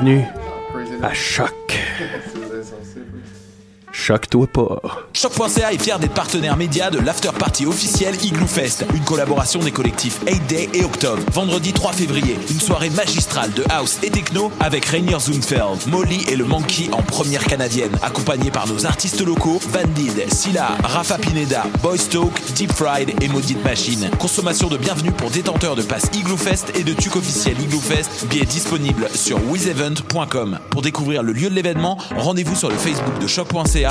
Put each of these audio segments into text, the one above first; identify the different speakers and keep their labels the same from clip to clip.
Speaker 1: bienvenue à Choc. Choc-toi pas.
Speaker 2: Choc.ca est fier d'être partenaire média de l'after party officiel Igloo Fest, une collaboration des collectifs 8 Day et Octobre. Vendredi 3 février, une soirée magistrale de house et techno avec Rainier Zunfeld, Molly et le Monkey en première canadienne, accompagnés par nos artistes locaux Vandid, Silla, Rafa Pineda, Boy Stoke, Deep Fried et Maudite Machine. Consommation de bienvenue pour détenteurs de passes Igloo Fest et de tuc officiel Igloo Fest, billets disponibles sur wizevent.com. Pour découvrir le lieu de l'événement, rendez-vous sur le Facebook de Choc.ca,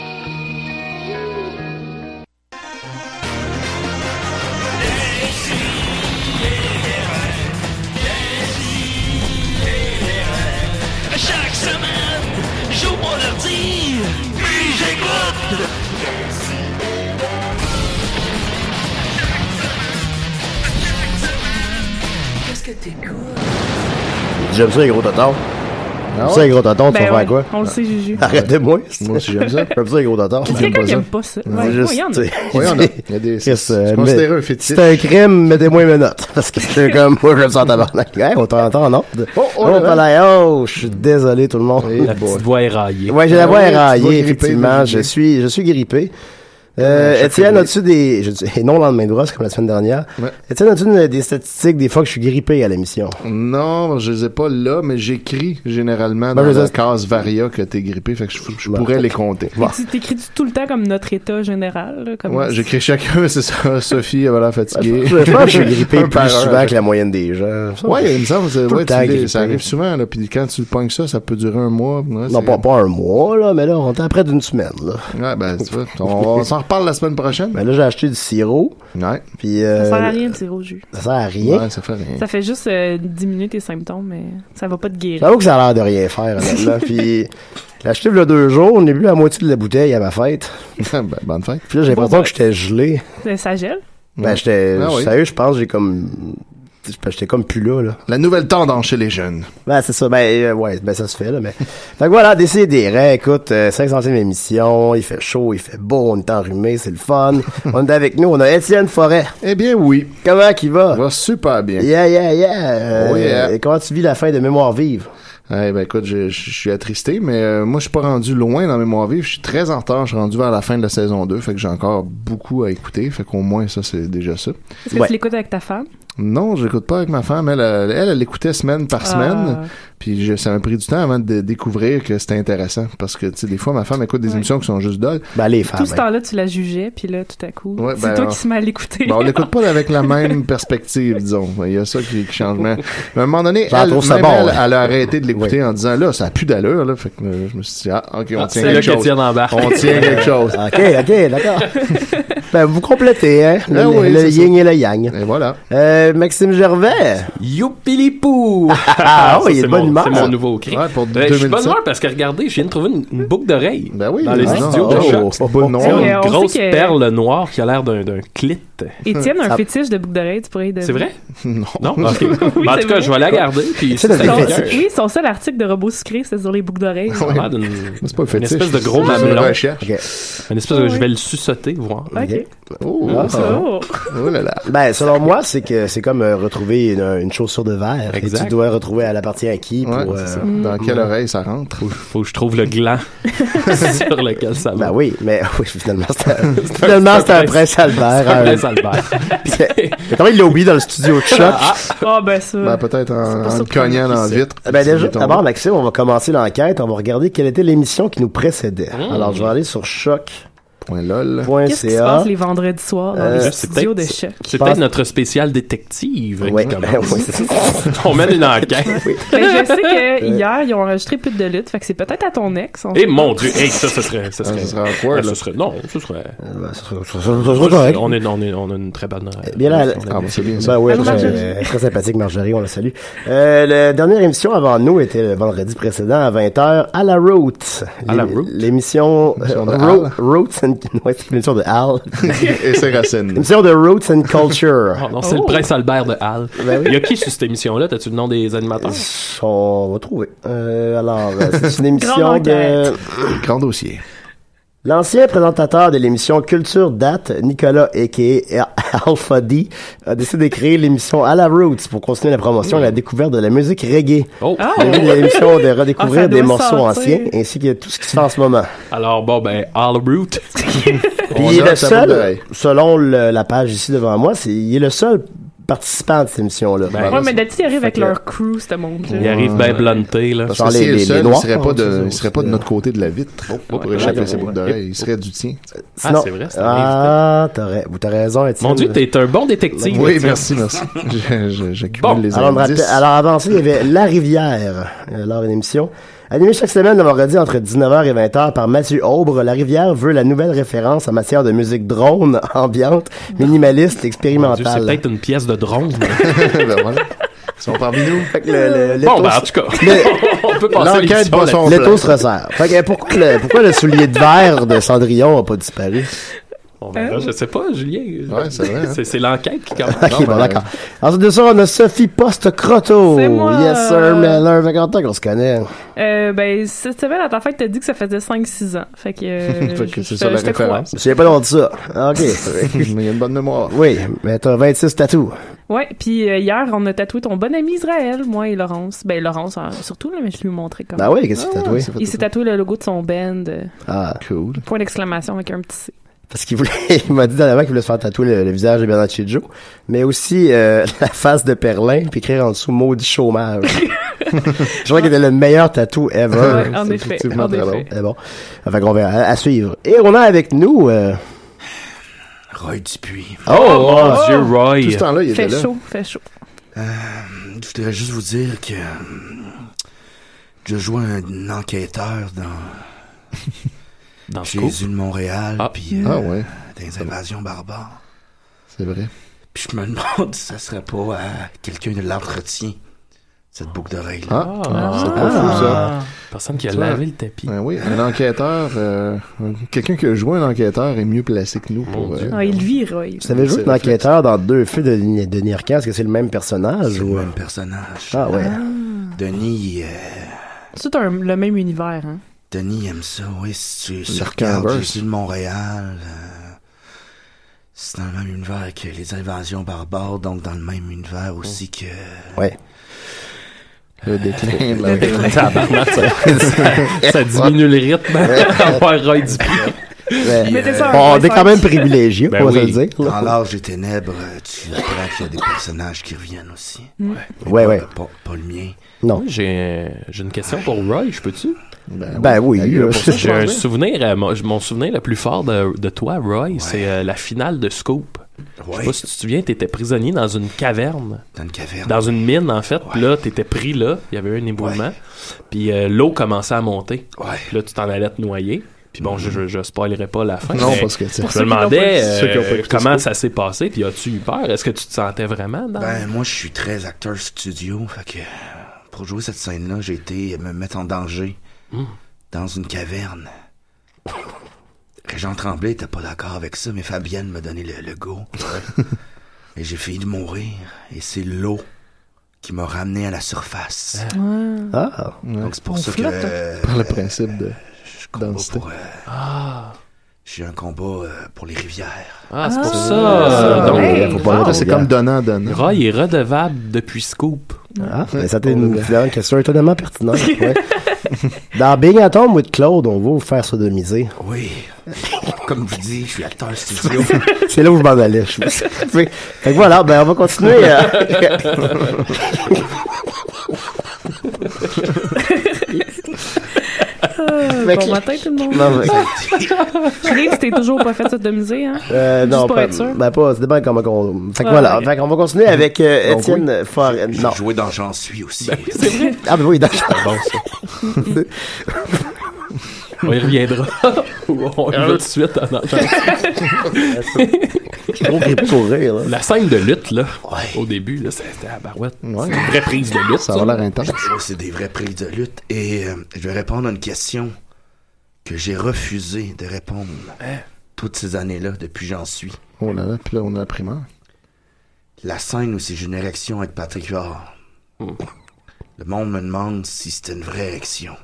Speaker 3: Chaque semaine, j'ouvre mon ordi, puis j'écoute. Qu'est-ce que
Speaker 4: J'aime ça, les gros tontons. J'aime ça, les gros tontons, tu
Speaker 5: Ben
Speaker 4: vas
Speaker 5: ouais,
Speaker 4: faire quoi?
Speaker 5: on le sait, Juju.
Speaker 4: Arrêtez-moi. Moi aussi, j'aime ça. J'aime ça, les gros tontons.
Speaker 5: Qu'est-ce que quelqu'un qui aime pas ça?
Speaker 4: Moi,
Speaker 5: Ouais,
Speaker 4: juste,
Speaker 5: voyons.
Speaker 4: tu sais,
Speaker 6: Oui, on a. Il y a des.
Speaker 4: Chris, euh,
Speaker 6: C'est
Speaker 4: mais-
Speaker 6: considéré un fétiche.
Speaker 4: C'est un crime, mettez-moi mes notes. Parce que c'est comme, moi, je me sens tabarnak. Hey, on t'entend, non?
Speaker 6: Oh,
Speaker 4: Oh,
Speaker 6: oh, là, là.
Speaker 4: palais, oh, je suis désolé, tout le monde.
Speaker 1: La petite voix éraillée.
Speaker 4: Ouais, j'ai la
Speaker 6: Ah
Speaker 4: voix
Speaker 6: ouais, tu vois,
Speaker 4: éraillée,
Speaker 6: grippé,
Speaker 4: effectivement.
Speaker 6: t'as
Speaker 4: Je
Speaker 6: grippé.
Speaker 4: suis, je suis grippé. Euh,
Speaker 6: chaque
Speaker 4: Étienne,
Speaker 6: février.
Speaker 4: as-tu des, je dis- et non lendemain de brosse comme la semaine dernière.
Speaker 6: Ouais.
Speaker 4: Étienne, as-tu une- des statistiques des fois que je suis grippé à l'émission?
Speaker 6: Non, je les ai pas là, mais j'écris généralement dans
Speaker 4: Ben, je
Speaker 6: la
Speaker 4: sais.
Speaker 6: case varia que t'es grippé, fait que je, je
Speaker 4: Bon.
Speaker 6: pourrais les compter.
Speaker 4: Ben, Bon.
Speaker 5: Tu t'écris tout le temps comme notre état général. là, Comme
Speaker 6: Ouais, j'écris chacun, c'est ça, Sophie, voilà, fatiguée.
Speaker 4: Je pense que je suis grippé
Speaker 6: Un par
Speaker 4: plus
Speaker 6: un,
Speaker 4: souvent
Speaker 6: fait.
Speaker 4: que la moyenne des gens.
Speaker 6: Ouais, il me semble, c'est-
Speaker 4: Tout le
Speaker 6: ouais, tu
Speaker 4: temps
Speaker 6: l'es-
Speaker 4: grippé.
Speaker 6: ça arrive souvent, là, puis quand tu le pognes ça, ça peut durer un mois. ouais,
Speaker 4: Non,
Speaker 6: c'est-
Speaker 4: pas, pas un mois, là, mais là, on est à près d'une semaine, là.
Speaker 6: Ouais, ben, tu vois, on, on s'en reparle la semaine prochaine.
Speaker 4: Mais là, j'ai acheté du sirop,
Speaker 6: Ouais,
Speaker 4: puis
Speaker 5: Ça
Speaker 4: euh,
Speaker 5: sert à rien de tirer au jus.
Speaker 4: ça sert à rien.
Speaker 6: ouais, ça fait rien.
Speaker 5: Ça fait juste euh, diminuer tes symptômes, mais ça va pas te guérir.
Speaker 4: J'avoue que ça a l'air de rien faire, honnêtement. puis, j'ai acheté il y a deux jours, on est bu la moitié de la bouteille à ma fête.
Speaker 6: Ben, bonne fête.
Speaker 4: Puis là, j'ai
Speaker 5: Bon,
Speaker 4: l'impression
Speaker 5: ouais.
Speaker 4: que j'étais gelé.
Speaker 5: Ça- Euh, Ça gèle.
Speaker 4: Ben, j'étais,
Speaker 6: Ah oui.
Speaker 4: sérieux, je pense, j'ai comme, j'étais comme plus là, là.
Speaker 6: La nouvelle tendance chez les jeunes.
Speaker 4: Ben, c'est ça. Ben, euh, ouais, ben, ça se fait, là, mais. fait que voilà, décidé. écoute, euh, 500e émission, il fait chaud, il fait beau, on est enrhumé, c'est le fun. on est avec nous, on a Étienne Forêt.
Speaker 6: Eh bien, oui.
Speaker 4: Comment qu'il va?
Speaker 6: Ça va super bien.
Speaker 4: Yeah, yeah, yeah. Euh,
Speaker 6: Oh, yeah.
Speaker 4: et comment tu vis la fin de Mémoire vive?
Speaker 6: Eh ben écoute, je, je- je suis attristé, mais euh, moi je suis pas rendu loin dans Mémoire vive, je suis très en retard, je suis rendu vers la fin de la saison 2, fait que j'ai encore beaucoup à écouter, fait qu'au moins ça c'est déjà ça.
Speaker 5: Est-ce que
Speaker 4: Ouais.
Speaker 5: tu l'écoutes avec ta femme?
Speaker 6: Non, je l'écoute pas avec ma femme, elle elle, elle, elle écoutait semaine par semaine,
Speaker 5: Ah.
Speaker 6: puis je- ça m'a pris du temps avant de découvrir que c'était intéressant, parce que tu sais des fois ma femme écoute des
Speaker 5: Ouais.
Speaker 6: émissions qui sont juste dolles.
Speaker 4: Ben, les
Speaker 5: Tout
Speaker 4: femmes.
Speaker 5: ce
Speaker 4: hein.
Speaker 5: temps-là, tu la jugeais, puis là, tout à coup,
Speaker 6: Ah, Ouais,
Speaker 5: c'est
Speaker 6: ben,
Speaker 5: toi
Speaker 6: on-
Speaker 5: qui se mets à l'écouter.
Speaker 6: Bon, on l'écoute pas avec la même perspective, disons. Il y a ça qui, qui change. Mais à un moment donné,
Speaker 4: J'en
Speaker 6: elle,
Speaker 4: trouve ça
Speaker 6: même
Speaker 4: bon,
Speaker 6: elle,
Speaker 4: ouais.
Speaker 6: elle a arrêté de l'écouter en disant là, ça a plus d'allure. Là. Fait que euh, je me suis dit, ah, ok, on tient
Speaker 1: C'est là
Speaker 6: quelque chose.
Speaker 1: qu'Étienne embarque.
Speaker 6: On tient quelque chose.
Speaker 4: Euh, Ok, ok, d'accord. ben, vous complétez, hein? Le,
Speaker 6: Ah oui,
Speaker 4: le
Speaker 6: c'est
Speaker 4: yin et le yang.
Speaker 6: Et voilà.
Speaker 4: Euh, Maxime Gervais.
Speaker 1: Youpilipou!
Speaker 4: Ah, oh,
Speaker 1: Ça,
Speaker 4: il est
Speaker 1: c'est
Speaker 4: de bonne
Speaker 1: mon-
Speaker 4: humeur.
Speaker 1: C'est mon nouveau cri.
Speaker 6: Ouais, pour
Speaker 1: Ben, je suis de bonne
Speaker 6: 2007.
Speaker 1: humeur parce que regardez, je viens de trouver une, une boucle d'oreille.
Speaker 6: Ben oui,
Speaker 1: Dans les
Speaker 6: ah,
Speaker 1: studios de
Speaker 6: oh,
Speaker 1: choc.
Speaker 6: petite boule noire.
Speaker 5: Ouais,
Speaker 1: une
Speaker 5: Euh, on
Speaker 1: grosse
Speaker 5: sait que-
Speaker 1: perle noire qui a l'air d'un d'un clit.
Speaker 5: Étienne a un
Speaker 4: Ça-
Speaker 5: fétiche de boucle d'oreille, tu pourrais y donner.
Speaker 1: C'est vrai?
Speaker 6: Non.
Speaker 1: Non? Ok. Ben, en
Speaker 5: c'est
Speaker 1: tout cas,
Speaker 5: vrai.
Speaker 1: je vais la garder. Puis
Speaker 4: C'est
Speaker 1: ça
Speaker 4: des
Speaker 1: me
Speaker 5: Son-
Speaker 1: vient.
Speaker 5: oui, son seul article de robot sucré, c'est sur les boucles d'oreilles.
Speaker 1: Ça a l'air d'une-
Speaker 6: C'est pas un
Speaker 1: Une
Speaker 6: fétiche.
Speaker 1: espèce de gros
Speaker 6: C'est une
Speaker 1: mamelon.
Speaker 6: recherche.
Speaker 4: Ok.
Speaker 1: Une espèce de.
Speaker 5: Ouais.
Speaker 1: Je vais le suceter, voir.
Speaker 5: Ok.
Speaker 6: Oh,
Speaker 4: Ah.
Speaker 5: Oh.
Speaker 6: oh là là.
Speaker 4: Ben, selon moi, c'est que c'est comme euh, retrouver une, une chaussure de verre. Et
Speaker 1: Exact.
Speaker 4: tu dois retrouver elle appartient à qui pour.
Speaker 6: Ouais,
Speaker 4: euh,
Speaker 6: c'est ça. Dans quelle oreille ça rentre?
Speaker 1: Faut que je trouve le gland sur lequel ça va.
Speaker 4: Ben oui, mais oui, finalement, c'est un, finalement, c'est un prince Albert. hein.
Speaker 1: Après, ça le perd.
Speaker 4: Mais comment il l'a oublié dans le studio de choc?
Speaker 5: Ah, ben ça.
Speaker 6: Ben, peut-être en,
Speaker 5: pas
Speaker 6: en le
Speaker 5: surprenant,
Speaker 6: cognant
Speaker 5: qui
Speaker 6: dans la
Speaker 5: sait.
Speaker 6: vitre.
Speaker 4: Ben déjà,
Speaker 6: Mettons-
Speaker 4: d'abord, Maxime, on va commencer l'enquête. On va regarder quelle était l'émission qui nous précédait. Alors, je vais aller sur Choc.
Speaker 7: .lol.
Speaker 5: Qu'est-ce qui se passe les vendredis soirs dans
Speaker 6: Euh,
Speaker 5: les
Speaker 1: c'est
Speaker 5: studios de
Speaker 1: peut-être-
Speaker 5: choc?
Speaker 1: C'est
Speaker 6: pense-
Speaker 1: peut-être notre spécial détective. qui
Speaker 6: Ouais,
Speaker 1: commence.
Speaker 6: ben ouais, c'est ça.
Speaker 1: On mène une enquête.
Speaker 5: Ben, je sais que hier, ils ont enregistré plus de lutte, fait que c'est peut-être à ton ex. on
Speaker 1: Et Eh, mon Dieu, hey, ça, ce serait. Ça
Speaker 7: Ah,
Speaker 1: serait,
Speaker 7: ce serait awkward,
Speaker 1: Ah,
Speaker 7: là.
Speaker 1: ce serait- non, ce serait.
Speaker 6: Euh, ben, ça serait- ça serait- ça serait correct.
Speaker 1: On, est, on, est, on a une très bonne.
Speaker 6: Eh Bien là,
Speaker 7: Ah, ben, c'est bien ça.
Speaker 6: Ben ouais,
Speaker 5: Allô,
Speaker 6: très,
Speaker 5: Marjorie.
Speaker 6: euh, très sympathique Marjorie, on la salue. Euh, la dernière émission avant nous était le vendredi précédent à 20h à la Route.
Speaker 1: À la
Speaker 6: L'é-
Speaker 1: Route?
Speaker 6: L'émission euh,
Speaker 7: L'émission de
Speaker 6: Ro-
Speaker 7: Al.
Speaker 6: Roots and ouais, c'est l'émission de Al.
Speaker 7: Et ses racines.
Speaker 6: L'émission de Roots and Culture.
Speaker 1: Oh non, c'est le
Speaker 5: Oh.
Speaker 1: prince Albert de Hall.
Speaker 6: Ben oui.
Speaker 1: Il y a qui sur cette émission-là? T'as-tu le nom des animateurs?
Speaker 6: On va trouver. Euh, alors, euh, c'est une émission
Speaker 5: Grande
Speaker 6: de
Speaker 5: enquête.
Speaker 7: Grand dossier.
Speaker 6: l'ancien présentateur de l'émission Culture Date, Nicolas a.k.a. Alpha D, a décidé de créer l'émission à la Roots pour continuer la promotion et la découverte de la musique reggae.
Speaker 1: Oh!
Speaker 5: Ah,
Speaker 6: Le but de l'émission est de redécouvrir
Speaker 5: Ah, ça
Speaker 6: des
Speaker 5: doit
Speaker 6: morceaux
Speaker 5: sentir.
Speaker 6: anciens ainsi que tout ce qui se fait en ce moment.
Speaker 1: Alors, bon, ben, All Root.
Speaker 6: Puis
Speaker 7: On
Speaker 6: il est
Speaker 7: a
Speaker 6: le
Speaker 7: un chapeau
Speaker 6: seul,
Speaker 7: d'oreille.
Speaker 6: selon le- la page ici devant moi, c'est, il est le seul participant de cette émission-là.
Speaker 1: Ben,
Speaker 5: Ouais, mais d'habitude, ils arrivent avec
Speaker 6: que-
Speaker 5: leur crew, ce monde-là.
Speaker 1: Il arrive bien blunté, là.
Speaker 7: Parce
Speaker 6: Genre
Speaker 7: que
Speaker 6: les-
Speaker 7: s'il est le
Speaker 6: les- les
Speaker 7: seul, il
Speaker 6: noirs,
Speaker 7: serait
Speaker 6: hein,
Speaker 7: pas
Speaker 6: c'est ça,
Speaker 7: de, il serait pas de
Speaker 6: c'est-
Speaker 7: notre côté de la vitre. Pour
Speaker 1: ouais,
Speaker 7: échapper
Speaker 1: ouais,
Speaker 7: ses
Speaker 1: ouais.
Speaker 7: boucles d'oreilles, il serait du tien.
Speaker 1: Ah, c'est vrai, ça
Speaker 6: Ah, t'as, ra- ou t'as raison, Étienne.
Speaker 1: Mon Dieu, t'es un bon détective.
Speaker 7: Oui,
Speaker 1: Étienne.
Speaker 7: merci, merci. Je- je- J'accumule
Speaker 1: Bon,
Speaker 7: les
Speaker 6: Alors, on me rappelle-
Speaker 7: indices.
Speaker 6: alors, avant ça, il y avait La Rivière, euh, lors d'une émission. Animée chaque semaine le vendredi entre 19h et 20h par Mathieu Aubre, La Rivière veut la nouvelle référence en matière de musique drone, ambiante, minimaliste,
Speaker 1: Mon Dieu, C'est
Speaker 6: expérimentale.
Speaker 1: peut-être une pièce de drone.
Speaker 7: Ben voilà. Ils sont parmi nous.
Speaker 6: Fait que le- le- le-
Speaker 1: bon, ben, en tout cas, on peut passer
Speaker 7: L'enquête
Speaker 1: l'émission
Speaker 7: va
Speaker 1: là-
Speaker 7: son
Speaker 6: Le
Speaker 7: plan.
Speaker 6: taux se resserre. Fait que, euh, pourquoi, le, pourquoi le soulier de verre de Cendrillon a pas disparu?
Speaker 1: On verra, Je sais pas, Julien.
Speaker 7: Ouais, c'est vrai, hein.
Speaker 1: C'est- C'est l'enquête qui commence.
Speaker 6: Ok,
Speaker 7: Non,
Speaker 6: bon,
Speaker 7: ben,
Speaker 6: d'accord. Ensuite de ça, on a Sophie Poste-Crotto.
Speaker 5: C'est moi.
Speaker 6: Yes, sir, Miller, 50 ans qu'on se connaît.
Speaker 5: Euh, ben, cette semaine, à ta fête, t'as dit que ça faisait 5-6 ans. Fait que. euh,
Speaker 7: Fait que
Speaker 5: je-
Speaker 7: c'est
Speaker 5: je-
Speaker 7: ça la
Speaker 5: je te crois.
Speaker 7: référence.
Speaker 6: Je sais pas donc de ça. Ah, Ok.
Speaker 7: Mais il y a une bonne mémoire.
Speaker 6: oui, mais t'as 26 tatous.
Speaker 5: Ouais, puis euh, hier, on a tatoué ton bon ami Israël, moi et Laurence. Ben, Laurence, euh, surtout, là, mais je lui ai montré comment.
Speaker 6: Ben oui, qu'est-ce
Speaker 7: Ah,
Speaker 6: que t'as tatoué?
Speaker 5: Il s'est tatoué le logo de son band, euh,
Speaker 6: Ah,
Speaker 7: Cool.
Speaker 5: point d'exclamation avec un petit C.
Speaker 6: parce qu'il voulait, il m'a dit dernièrement qu'il voulait se faire tatouer le, le visage de Bernard Chidjo, mais aussi euh, la face de Perlin, puis écrire en dessous maudit chômage. Je crois qu'il était le meilleur tatou ever.
Speaker 5: Ouais, en
Speaker 7: c'est
Speaker 5: effet,
Speaker 7: effectivement
Speaker 5: en
Speaker 7: très
Speaker 5: effet.
Speaker 6: Mais bon, enfin qu'on verra à, à suivre. Et on a avec nous. euh,
Speaker 4: Roy Dupuis.
Speaker 6: Oh, oh,
Speaker 1: Mon Dieu, Roy.
Speaker 7: Tout ce temps-là, il était
Speaker 5: Fait
Speaker 7: là.
Speaker 5: chaud, fait chaud.
Speaker 4: Je voudrais juste vous dire que euh, je joue un enquêteur dans
Speaker 1: Dans ce
Speaker 4: chez
Speaker 1: coup.
Speaker 4: les îles de Montréal,
Speaker 1: Ah.
Speaker 4: puis euh,
Speaker 7: Ah ouais,
Speaker 4: des invasions barbares.
Speaker 7: c'est vrai.
Speaker 4: Puis je me demande si ça serait pas à quelqu'un de l'entretien, cette boucle d'oreille.
Speaker 7: Ah,
Speaker 1: Ah.
Speaker 7: c'est pas fou ça.
Speaker 1: Personne qui a
Speaker 7: Tu vois.
Speaker 1: lavé le tapis.
Speaker 6: Ah
Speaker 7: Ben oui, un enquêteur, euh, quelqu'un qui a joué un enquêteur est mieux placé que nous pour.
Speaker 1: Mon Dieu.
Speaker 7: euh,
Speaker 5: Ah, et lui, Roy.
Speaker 6: Vous savez jouer
Speaker 7: C'est
Speaker 6: un enquêteur dans deux films de, Ni- de Nirkan, est-ce que c'est le même
Speaker 4: C'est
Speaker 6: personnage
Speaker 4: le
Speaker 6: ou... euh?
Speaker 4: même personnage.
Speaker 6: Ah ouais.
Speaker 4: Denis, euh,
Speaker 5: C'est un- le même univers, hein.
Speaker 4: Denis aime ça, oui, si tu se
Speaker 7: Mark
Speaker 4: regardes
Speaker 7: Campbell.
Speaker 4: les îles de Montréal, euh, c'est dans le même univers que les invasions barbares, donc dans le même univers aussi que...
Speaker 6: Ouais.
Speaker 7: Le déclin de la
Speaker 1: Tabarnak, ça, ça diminue le rythme d'avoir Roy Dupuis.
Speaker 6: Mais-
Speaker 5: Mettez ça en
Speaker 6: Bon, on est quand
Speaker 5: cinq.
Speaker 6: même privilégié,
Speaker 1: Ben
Speaker 6: on va se
Speaker 1: oui.
Speaker 6: le dire.
Speaker 4: Dans
Speaker 6: là.
Speaker 4: l'âge des ténèbres, euh, tu apprends qu'il y a des personnages qui reviennent aussi.
Speaker 6: Ouais,
Speaker 4: Pas-
Speaker 6: ouais.
Speaker 4: Pas, pas le mien.
Speaker 6: Non.
Speaker 1: J'ai euh, j'ai une question pour Roy, je peux-tu?
Speaker 6: Ben oui.
Speaker 7: Ben,
Speaker 6: euh,
Speaker 7: pour ça,
Speaker 1: J'ai un souvenir, euh, mon mon souvenir le plus fort de, de toi, Roy, c'est euh, la finale de Scoop. Je sais
Speaker 4: Ouais,
Speaker 1: pas si tu te souviens, t'étais prisonnier dans une caverne,
Speaker 4: dans une caverne.
Speaker 1: dans une mine en fait, puis là t'étais pris là, il y avait un éboulement, puis euh, l'eau commençait à monter,
Speaker 4: Ouais.
Speaker 1: puis là tu t'en allais te noyer, puis bon, je, je, je spoilerai pas la fin,
Speaker 7: Non,
Speaker 1: mais
Speaker 7: parce que tu sais,
Speaker 1: je
Speaker 5: ceux
Speaker 1: me
Speaker 5: qui l'ont
Speaker 1: demandais
Speaker 5: pas
Speaker 1: euh,
Speaker 7: Ceux qui ont pas écouté
Speaker 1: comment
Speaker 7: Scoop.
Speaker 1: ça s'est passé, puis as-tu eu peur? Est-ce que tu te sentais vraiment dans...
Speaker 4: Ben, moi, je suis très acteur studio, fait que euh, pour jouer cette scène-là, j'ai été me mettre en danger dans une caverne. Régent Tremblay était pas d'accord avec ça, mais Fabienne m'a donné le, le go. et j'ai failli de mourir, et c'est l'eau qui m'a ramené à la surface.
Speaker 6: Ah,
Speaker 4: Donc, c'est pour
Speaker 5: On
Speaker 4: ça que...
Speaker 5: flotte, hein.
Speaker 4: euh,
Speaker 7: par le principe de.
Speaker 4: Je combat
Speaker 7: Densité.
Speaker 4: pour. euh, J'ai un combat euh, pour les rivières.
Speaker 1: Ah, c'est pour
Speaker 5: Ah,
Speaker 1: ça!
Speaker 5: ça.
Speaker 1: Donc,
Speaker 5: Hey,
Speaker 6: faut pas
Speaker 5: wow.
Speaker 6: mettre
Speaker 7: c'est
Speaker 6: gars.
Speaker 7: comme donnant, donnant.
Speaker 1: Roy est redevable depuis Scoop.
Speaker 6: Ah, ben, ça
Speaker 4: Oh,
Speaker 6: t'est une, finalement, une question étonnamment pertinente. ouais. Dans Big Atom with Claude, on va vous faire sodomiser.
Speaker 4: Oui. Comme vous dites, je suis acteur studio.
Speaker 6: C'est là où je m'en allais. Je... fait que voilà, ben on va continuer. euh.
Speaker 5: Euh, bon matin tout le monde.
Speaker 7: Non,
Speaker 6: euh,
Speaker 7: mais-
Speaker 5: Chris, t'es toujours pas fait sodomiser, hein?
Speaker 7: Euh,
Speaker 5: Juste
Speaker 7: non,
Speaker 5: pour
Speaker 7: pas,
Speaker 5: être sûr.
Speaker 7: ben pas, ça dépend comment qu'on... Fait que
Speaker 5: Ouais,
Speaker 7: voilà,
Speaker 5: ouais.
Speaker 7: fait qu'on va continuer avec euh,
Speaker 4: Ah, Donc,
Speaker 7: Étienne Forêt. Non.
Speaker 4: Jouer dans J'en suis aussi.
Speaker 7: Ah, ben oui, d'accord.
Speaker 1: On y reviendra. Ou on y va tout de suite en
Speaker 7: pour rire, là.
Speaker 1: La scène de lutte, là, au début, là, c'était à barouette. C'est une vraie prise de lutte.
Speaker 6: Ça a l'air intense.
Speaker 4: Ça, oh, c'est des vraies prises de lutte. Et euh, je vais répondre à une question que j'ai refusé de répondre toutes ces années-là, depuis j'en suis.
Speaker 6: Oh là là, puis là, on a la primaire.
Speaker 4: La scène où c'est j'ai une érection avec Patrick Huard. Le monde me demande si c'était une vraie érection.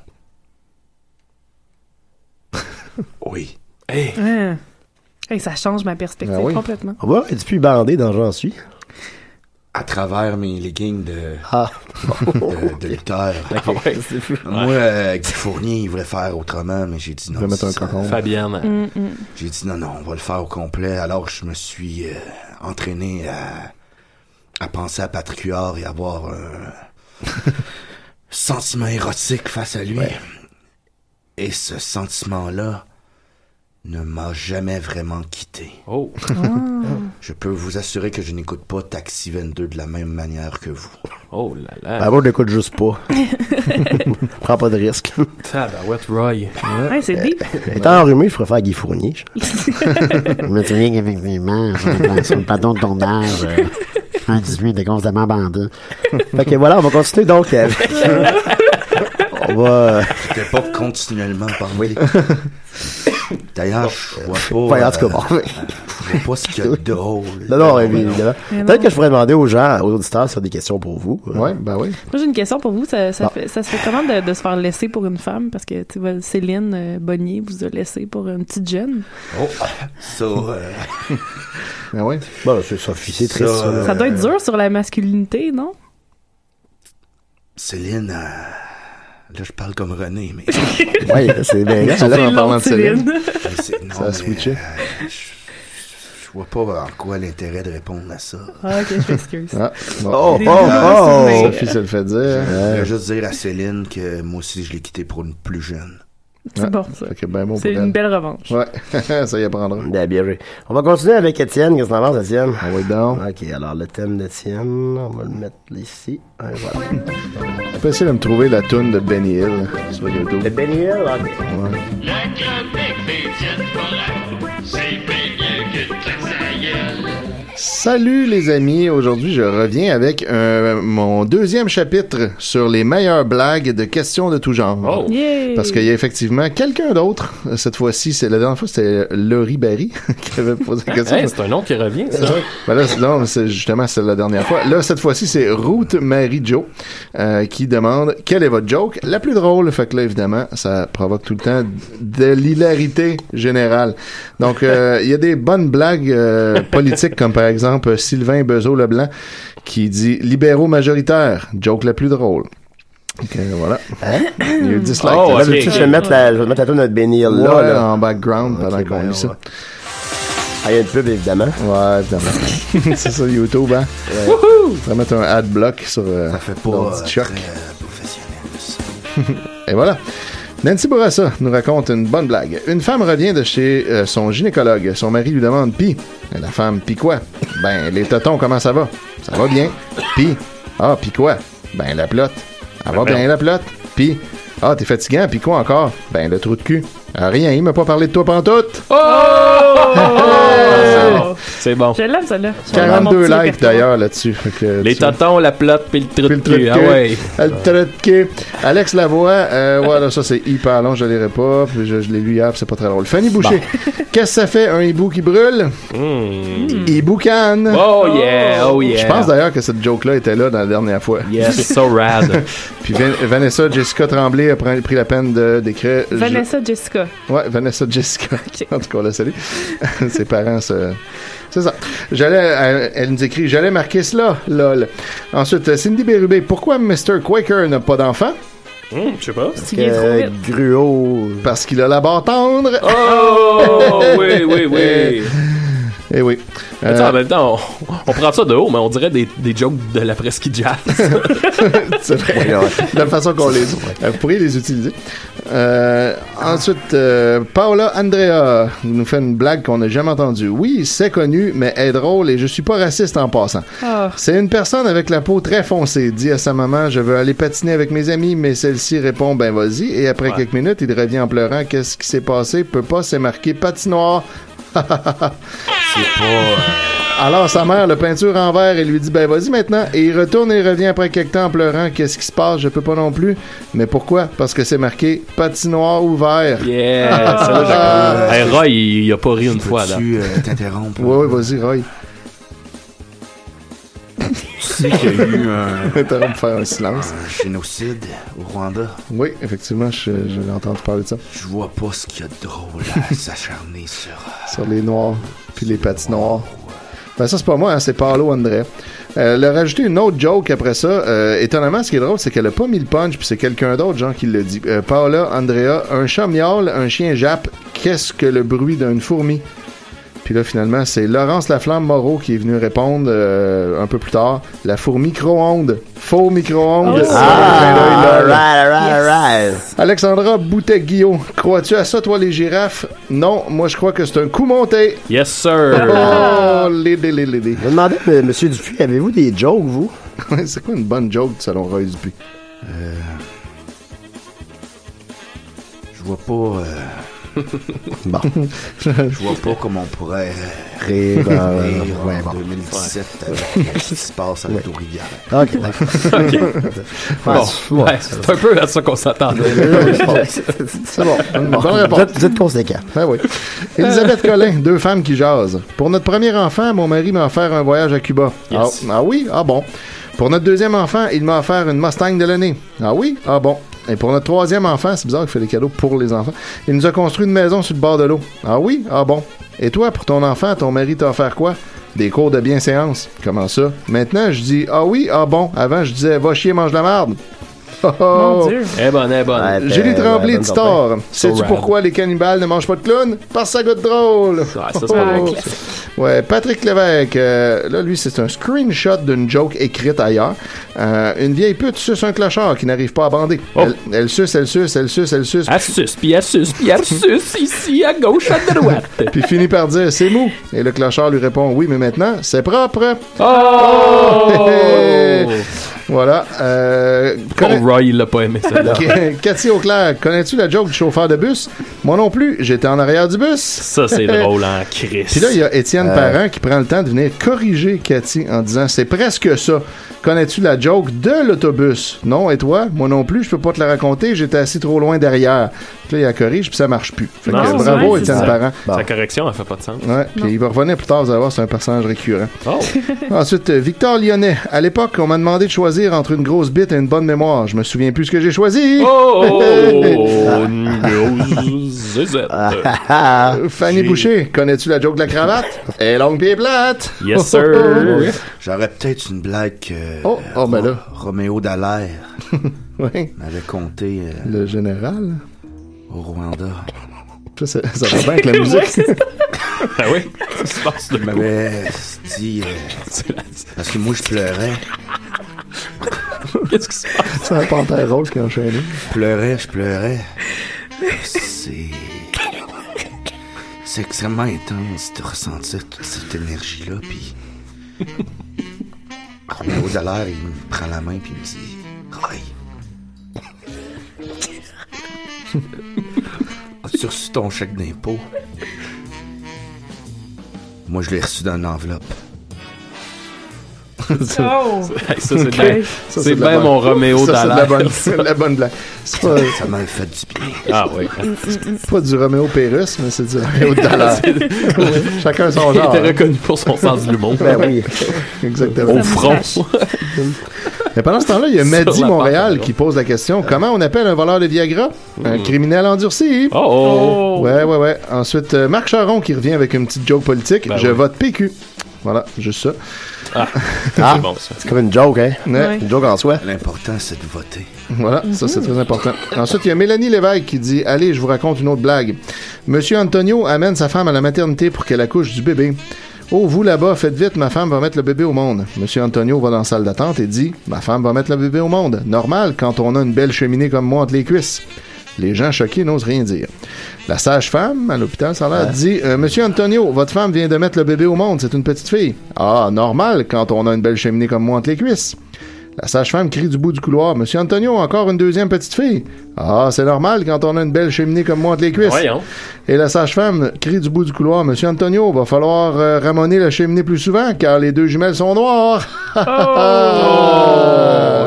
Speaker 4: oui.
Speaker 1: Hey,
Speaker 5: Hein. Hey, ça change ma perspective
Speaker 6: Ben
Speaker 7: Ah oui.
Speaker 5: complètement.
Speaker 7: On va être plus bandé dans J'en suis.
Speaker 4: À travers mes leggings de,
Speaker 7: Ah.
Speaker 4: de, de lutteur.
Speaker 1: Ah ouais.
Speaker 4: Moi, euh, avec Fournier, il voulait faire autrement, mais j'ai dit non.
Speaker 6: Je vais mettre un
Speaker 4: ça-
Speaker 6: cocon.
Speaker 1: Fabienne.
Speaker 5: Mm.
Speaker 4: J'ai dit non, non, on va le faire au complet. Alors je me suis euh, entraîné à, à penser à Patrick Huard et avoir un sentiment érotique face à lui. Et ce sentiment-là ne m'a jamais vraiment quitté.
Speaker 1: Oh.
Speaker 4: Je peux vous assurer que je n'écoute pas Taxi 22 de la même manière que vous.
Speaker 1: Oh là là.
Speaker 7: Ben moi, je l'écoute juste pas. Prends pas de risque.
Speaker 1: Tabarouette Roy.
Speaker 5: Hein, c'est deep.
Speaker 6: Ben,
Speaker 7: Étant enrhumé, je préfère Guy Fournier.
Speaker 8: Je me souviens qu'effectivement, sur le- sur le plateau de tournage, euh, en 18 était constamment bandé.
Speaker 7: fait que voilà, on va continuer donc avec... on va...
Speaker 4: J'étais pas continuellement parmi D'ailleurs, je vois pas...
Speaker 7: Enfin,
Speaker 4: euh,
Speaker 7: euh, en tout cas, bon.
Speaker 4: Je vois pas ce qu'il y a de drôle.
Speaker 7: Non, non,
Speaker 4: mais
Speaker 7: évidemment.
Speaker 5: Mais non.
Speaker 7: Peut-être que je pourrais demander aux gens, aux auditeurs, s'il y a des questions pour vous. Euh,
Speaker 6: Ouais, ben oui.
Speaker 5: Moi, j'ai une question pour vous. Ça, ça
Speaker 7: Bon.
Speaker 5: fait- ça se fait comment de, de se faire laisser pour une femme? Parce que, tu vois, Céline euh, Bonnier vous a laissé pour une petite jeune.
Speaker 4: Oh, ça, euh,
Speaker 6: Ben oui. euh,
Speaker 7: Bon, c'est ça, c'est triste.
Speaker 4: Ça, euh,
Speaker 7: ça, là.
Speaker 5: Ça doit être dur sur la masculinité, non?
Speaker 4: Céline, euh, là je parle comme René, mais
Speaker 7: Ouais, c'est bien.
Speaker 6: Surtout en parlant de Céline.
Speaker 4: mais c'est- non,
Speaker 6: Ça a
Speaker 4: mais,
Speaker 6: switché.
Speaker 4: euh, je- je vois pas en quoi l'intérêt de répondre à ça.
Speaker 5: Ah, ok, je m'excuse.
Speaker 6: Ah, bon.
Speaker 7: Oh,
Speaker 5: Des
Speaker 7: oh,
Speaker 5: gens,
Speaker 7: oh!
Speaker 5: c'est
Speaker 6: Sophie se le fait dire.
Speaker 4: Je voulais juste dire à Céline que moi aussi je l'ai quitté pour une plus jeune.
Speaker 5: C'est bon, ça.
Speaker 6: Fait que ben bon pour
Speaker 5: C'est une
Speaker 6: elle.
Speaker 5: belle revanche.
Speaker 6: Ouais, ça y apprendra.
Speaker 7: Ben, bien joué. On va continuer avec Étienne. Qu'est-ce qu'on avance, Étienne?
Speaker 6: Ah oui, donc.
Speaker 7: Ok, alors le thème d'Étienne, on va le mettre ici. Ouais, voilà.
Speaker 6: Je peux essayer de me trouver la toune de Benny Hill sur YouTube.
Speaker 7: Le Benny Hill, ok.
Speaker 6: Ouais.
Speaker 9: Le Québec des diasporas, c'est bien mieux que de la saïeule.
Speaker 6: Salut les amis, aujourd'hui je reviens avec euh, mon deuxième chapitre sur les meilleures blagues de questions de tout genre.
Speaker 1: Oh.
Speaker 5: Yay!
Speaker 6: Parce qu'il y a effectivement quelqu'un d'autre. euh, Cette fois-ci, c'est la dernière fois, c'était euh, Laurie Barry qui avait posé la question.
Speaker 1: Hey, c'est un nom qui revient, ça.
Speaker 6: Ben là, c'est- non, mais c'est justement, c'est la dernière fois. Là, cette fois-ci, c'est Ruth Mary Joe euh, qui demande quelle est votre joke la plus drôle. Fait que là, évidemment, ça provoque tout le temps de l'hilarité générale. Donc, euh, il y a des bonnes blagues euh, politiques, comme par exemple Sylvain Bezo Leblanc qui dit libéraux majoritaires, joke la plus drôle. Ok, voilà.
Speaker 1: Hein?
Speaker 6: Il y a eu 10 likes.
Speaker 1: Oh,
Speaker 6: Là,
Speaker 1: ok.
Speaker 6: le petit
Speaker 7: Ah, Je vais mettre la, je vais mettre la toune de Benny Hill
Speaker 6: chien,
Speaker 7: là.
Speaker 6: là,
Speaker 7: là.
Speaker 6: là, en background
Speaker 7: Ok,
Speaker 6: pendant
Speaker 7: ben,
Speaker 6: qu'on
Speaker 7: on
Speaker 6: lit ça.
Speaker 7: va. Ah, il y a une pub, évidemment.
Speaker 6: Ouais, évidemment. c'est ça, YouTube, hein? Ça va mettre un ad block sur euh,
Speaker 4: Ça fait pas
Speaker 6: l'ordi
Speaker 4: euh,
Speaker 6: de choc.
Speaker 4: très, euh, professionnel. ça.
Speaker 6: Et voilà. Nancy Bourassa nous raconte une bonne blague. Une femme revient de chez euh, son gynécologue. Son mari lui demande Pis. Et la femme Pis quoi Ben, les totons, comment ça va Ça va bien. Pis. Ah, pis quoi Ben, la plotte. Elle va bien, la plotte. Pis. Ah, t'es fatigant, pis quoi encore Ben, le trou de cul. Ah, rien, il m'a pas parlé de toi pantoute.
Speaker 1: Oh! C'est bon.
Speaker 5: Je l'aime, celle-là. Je l'aime, mon
Speaker 6: 42
Speaker 5: petit
Speaker 6: likes
Speaker 5: répertoire.
Speaker 6: d'ailleurs là-dessus. Fait que
Speaker 1: Les
Speaker 6: tu-
Speaker 1: tontons, la plotte, puis le trou de
Speaker 6: Puis le trou de
Speaker 1: cul. Ah
Speaker 6: cul.
Speaker 1: ouais.
Speaker 6: Elle trotte-queue. Alex Lavoie, euh, voilà, ça c'est hyper long, je lirai pas, puis je, je l'ai lu hier, puis c'est pas très drôle. Fanny Boucher, qu'est-ce que ça fait un hibou qui brûle?
Speaker 1: Hmm.
Speaker 5: Hmm.
Speaker 6: Hibou canne.
Speaker 1: Oh yeah, oh yeah.
Speaker 6: Je pense d'ailleurs que cette joke-là était là dans la dernière fois.
Speaker 1: Yes, so rad.
Speaker 6: Puis Van- Vanessa Jessica Tremblay a pr- pris la peine de d'écrire. je-
Speaker 5: Vanessa Jessica.
Speaker 6: Ouais, Vanessa Jessica.
Speaker 5: Ok.
Speaker 6: En tout cas, on la salue. Ses parents se. C'est ça. J'allais, elle, elle nous écrit, j'allais marquer cela, lol. Ensuite, euh, Cindy Bérubé, pourquoi Mr. Quaker n'a pas d'enfant?
Speaker 1: Hmm, Je sais pas.
Speaker 5: Tu viens trop
Speaker 7: Euh,
Speaker 5: vite.
Speaker 7: Gruau.
Speaker 6: Parce qu'il a la barre tendre.
Speaker 1: Oh, oui, oui, oui.
Speaker 6: Eh oui.
Speaker 1: Mais tu sais,
Speaker 6: Euh,
Speaker 1: en même temps, on, on prend ça de haut, mais on dirait des, des jokes de la presqu'île jazz.
Speaker 6: C'est vrai.
Speaker 1: Ouais, ouais.
Speaker 6: De la façon qu'on les dit. Euh, Vous pourriez les utiliser. Euh, ensuite, euh, Paola Andrea nous fait une blague qu'on n'a jamais entendue. Oui, c'est connu, mais elle est drôle et je suis pas raciste en passant.
Speaker 5: Ah.
Speaker 6: C'est une personne avec la peau très foncée. Dit à sa maman, je veux aller patiner avec mes amis, mais celle-ci répond, ben vas-y. Et après quelques minutes, il revient en pleurant, qu'est-ce qui s'est passé? Peut pas, c'est marqué patinoire.
Speaker 7: C'est pas. euh,
Speaker 6: Alors sa mère le peinture en verre et lui dit ben vas-y maintenant et il retourne et revient après quelque temps en pleurant qu'est-ce qui se passe je peux pas non plus mais pourquoi parce que c'est marqué patinoire ouvert
Speaker 1: Yeah! ça,
Speaker 6: Ah.
Speaker 1: là, j'ai- Hey, Roy, il, il a pas ri une fois, là.
Speaker 7: Peux-tu euh, t'interrompre?
Speaker 6: ouais ouais vas-y Roy
Speaker 7: Tu sais qu'il y a eu un,
Speaker 6: interromps pour faire un silence
Speaker 7: un génocide au Rwanda.
Speaker 6: oui effectivement je, je l'ai entendu parler de ça
Speaker 7: Je vois pas ce qu'il y a de drôle à s'acharner sur.
Speaker 6: sur les noirs puis les patinoires. Ben ça c'est pas moi, hein, c'est Paolo André. Euh, elle a rajouté une autre joke après ça. Euh, étonnamment, ce qui est drôle, c'est qu'elle a pas mis le punch, puis c'est quelqu'un d'autre, genre, qui le dit. Euh, Paola Andrea, un chat miaule, un chien jappe, qu'est-ce que le bruit d'une fourmi? Puis là, finalement, c'est Laurence Laflamme Moreau qui est venu répondre euh, un peu plus tard. La fourmi micro-ondes. Faux micro-ondes.
Speaker 4: Ah, alright, alright, alright.
Speaker 6: Alexandra Boutet-Guillot, crois-tu à ça, toi, les girafes? Non, moi, je crois que c'est un coup monté.
Speaker 1: Yes, sir!
Speaker 6: Oh, l'aider, l'aider, l'aider.
Speaker 4: Je me demandais, euh, Monsieur Dupuis, avez-vous des jokes, vous?
Speaker 6: C'est quoi une bonne joke selon Roy Dupuis?
Speaker 7: Je vois pas. euh,
Speaker 4: Bon.
Speaker 7: je vois pas comment on pourrait euh,
Speaker 4: Rire. euh,
Speaker 7: rire
Speaker 4: ouais,
Speaker 7: en
Speaker 4: bon.
Speaker 7: 2017 avec ce qui se passe avec nos rivières.
Speaker 4: Ok, d'accord.
Speaker 1: Bon,
Speaker 4: Ouais,
Speaker 1: ouais, c'est un peu à ça qu'on s'attendait.
Speaker 6: C'est bon. Une bonne
Speaker 4: Vous
Speaker 6: réponse.
Speaker 4: êtes, vous êtes conséquent.
Speaker 6: Ah oui.
Speaker 5: Euh.
Speaker 6: Elisabeth Collin, deux femmes qui jasent. Pour notre premier enfant, mon mari m'a offert un voyage à Cuba.
Speaker 1: Yes.
Speaker 6: Ah, ah oui? Ah bon. Pour notre deuxième enfant, il m'a offert une Mustang de l'année. Ah oui? Ah bon. Et pour notre troisième enfant, c'est bizarre qu'il fait des cadeaux pour les enfants, il nous a construit une maison sur le bord de l'eau. Ah oui? Ah bon. Et toi, pour ton enfant, ton mari t'a offert quoi? Des cours de bienséance. Comment ça? Maintenant, je dis ah oui, ah bon. Avant, je disais va chier, mange de la merde. Oh, oh.
Speaker 5: Mon Dieu.
Speaker 1: Eh bonne, eh bonne.
Speaker 4: Ouais,
Speaker 6: Julie
Speaker 4: euh,
Speaker 6: Tremblay
Speaker 4: ouais,
Speaker 6: dit
Speaker 4: bonne
Speaker 6: tort.
Speaker 1: So
Speaker 6: Sais-tu
Speaker 1: rad.
Speaker 6: pourquoi les cannibales ne mangent pas de clown? Parce que ça goûte drôle.
Speaker 1: Ah, ça, c'est pas
Speaker 5: drôle,
Speaker 6: Ouais, Patrick Lévesque, euh, là, lui, c'est un screenshot d'une joke écrite ailleurs. Euh, une vieille pute suce un clochard qui n'arrive pas à bander.
Speaker 1: Oh.
Speaker 6: Elle, elle suce, elle suce, elle suce, elle suce.
Speaker 1: Elle suce, puis elle suce, puis elle suce, ici, à gauche, à droite.
Speaker 6: Puis finit par dire c'est mou. Et le clochard lui répond oui, mais maintenant, c'est propre.
Speaker 1: Oh!
Speaker 6: Voilà. Euh, conna-
Speaker 1: Paul Oh, Roy, il l'a pas aimé, celle-là.
Speaker 6: Cathy Auclair, connais-tu la joke du chauffeur de bus? Moi non plus, j'étais en arrière du bus.
Speaker 1: Ça, c'est drôle, en Chris.
Speaker 6: Puis là, il y a Étienne Parent qui prend le temps de venir corriger Cathy en disant C'est presque ça. Connais-tu la joke de l'autobus Non, et toi Moi non plus, je peux pas te la raconter, j'étais assis trop loin derrière. Puis là, il la corrige, puis ça marche plus. Fait que
Speaker 1: Non, c'est
Speaker 6: bravo,
Speaker 5: vrai, c'est
Speaker 6: Étienne
Speaker 5: ça.
Speaker 6: Parent.
Speaker 1: Sa correction, elle fait pas de sens.
Speaker 6: Ouais, puis il va revenir plus tard, vous allez voir, c'est un personnage récurrent.
Speaker 1: Oh!
Speaker 6: Ensuite, euh, Victor Lyonnais. À l'époque, on m'a demandé de choisir entre une grosse bite et une bonne mémoire. Je me souviens plus ce que j'ai choisi.
Speaker 1: Oh! oh, Grosse zézette.
Speaker 6: Ah, Fanny Boucher, connais-tu la joke de la cravate? Et longue pied plate!
Speaker 1: Yes, sir!
Speaker 7: J'aurais peut-être une blague que. euh,
Speaker 6: Oh, oh, ben là.
Speaker 7: Roméo Dallaire
Speaker 6: Oui,
Speaker 7: m'avait conté euh,
Speaker 6: le général.
Speaker 7: au Rwanda.
Speaker 6: Ça, ça, ça va bien avec la musique.
Speaker 1: Ah oui? Ça se passe de
Speaker 7: Il
Speaker 6: Ben
Speaker 1: même.
Speaker 7: m'avait dit. euh, parce que moi, je pleurais.
Speaker 1: Qu'est-ce qui se passe?
Speaker 6: C'est un panthère rose qui a enchaîné.
Speaker 7: Je pleurais, je pleurais. C'est. C'est extrêmement intense de ressentir toute cette énergie-là, puis. Roméo Dallaire, il me prend la main, puis il me dit Roy. As-tu reçu ton chèque d'impôt Moi, je l'ai reçu dans une enveloppe.
Speaker 5: Oh.
Speaker 1: Hey, ça, c'est bien,
Speaker 6: Ça,
Speaker 1: c'est
Speaker 6: de la
Speaker 1: bien
Speaker 6: bonne-
Speaker 1: mon Roméo
Speaker 6: Ça, c'est de la
Speaker 1: Dallaire.
Speaker 6: bonne, c'est de la bonne blague. C'est pas,
Speaker 7: Ça m'a fait du bien.
Speaker 1: Ah oui.
Speaker 6: c'est pas du Roméo Pérus, mais c'est du Roméo Dallaire. Chacun son
Speaker 1: Il
Speaker 6: genre.
Speaker 1: était reconnu pour son sens de l'humour.
Speaker 4: Ben oui.
Speaker 6: Exactement.
Speaker 1: Au front.
Speaker 6: Mais pendant ce temps-là, il y a
Speaker 1: Sur
Speaker 6: Maddy
Speaker 1: la
Speaker 6: Montréal
Speaker 1: pente,
Speaker 6: qui pose la question comment on appelle un voleur de Viagra Un criminel endurci
Speaker 1: Mm. Oh!
Speaker 5: Oh.
Speaker 6: Ouais, ouais, ouais. Ensuite, euh, Marc Charon qui revient avec une petite joke politique
Speaker 1: Ben
Speaker 6: Je
Speaker 1: oui.
Speaker 6: vote PQ. Voilà, juste ça.
Speaker 4: Ah.
Speaker 1: C'est bon, ça.
Speaker 4: C'est comme une joke, hein?
Speaker 6: Ouais.
Speaker 5: Ouais.
Speaker 4: Une joke en soi.
Speaker 7: L'important, c'est de voter.
Speaker 6: Voilà, ça c'est très important. Ensuite, il y a Mélanie Lévesque qui dit Allez, je vous raconte une autre blague. Monsieur Antonio amène sa femme à la maternité pour qu'elle accouche du bébé. Oh, vous là-bas, faites vite, ma femme va mettre le bébé au monde. Monsieur Antonio va dans la salle d'attente et dit Ma femme va mettre le bébé au monde. Normal quand on a une belle cheminée comme moi entre les cuisses. Les gens choqués n'osent rien dire. La sage-femme à l'hôpital, ça a l'air, dit Euh, Monsieur Antonio, votre femme vient de mettre le bébé au monde, c'est une petite fille. Ah, normal quand on a une belle cheminée comme moi entre les cuisses. La sage-femme crie du bout du couloir Monsieur Antonio, encore une deuxième petite fille. Ah, c'est normal quand on a une belle cheminée comme moi entre les cuisses.
Speaker 1: Voyons.
Speaker 6: Et la sage-femme crie du bout du couloir Monsieur Antonio, va falloir euh, ramoner la cheminée plus souvent car les deux jumelles sont noires.
Speaker 5: Oh!
Speaker 6: Euh,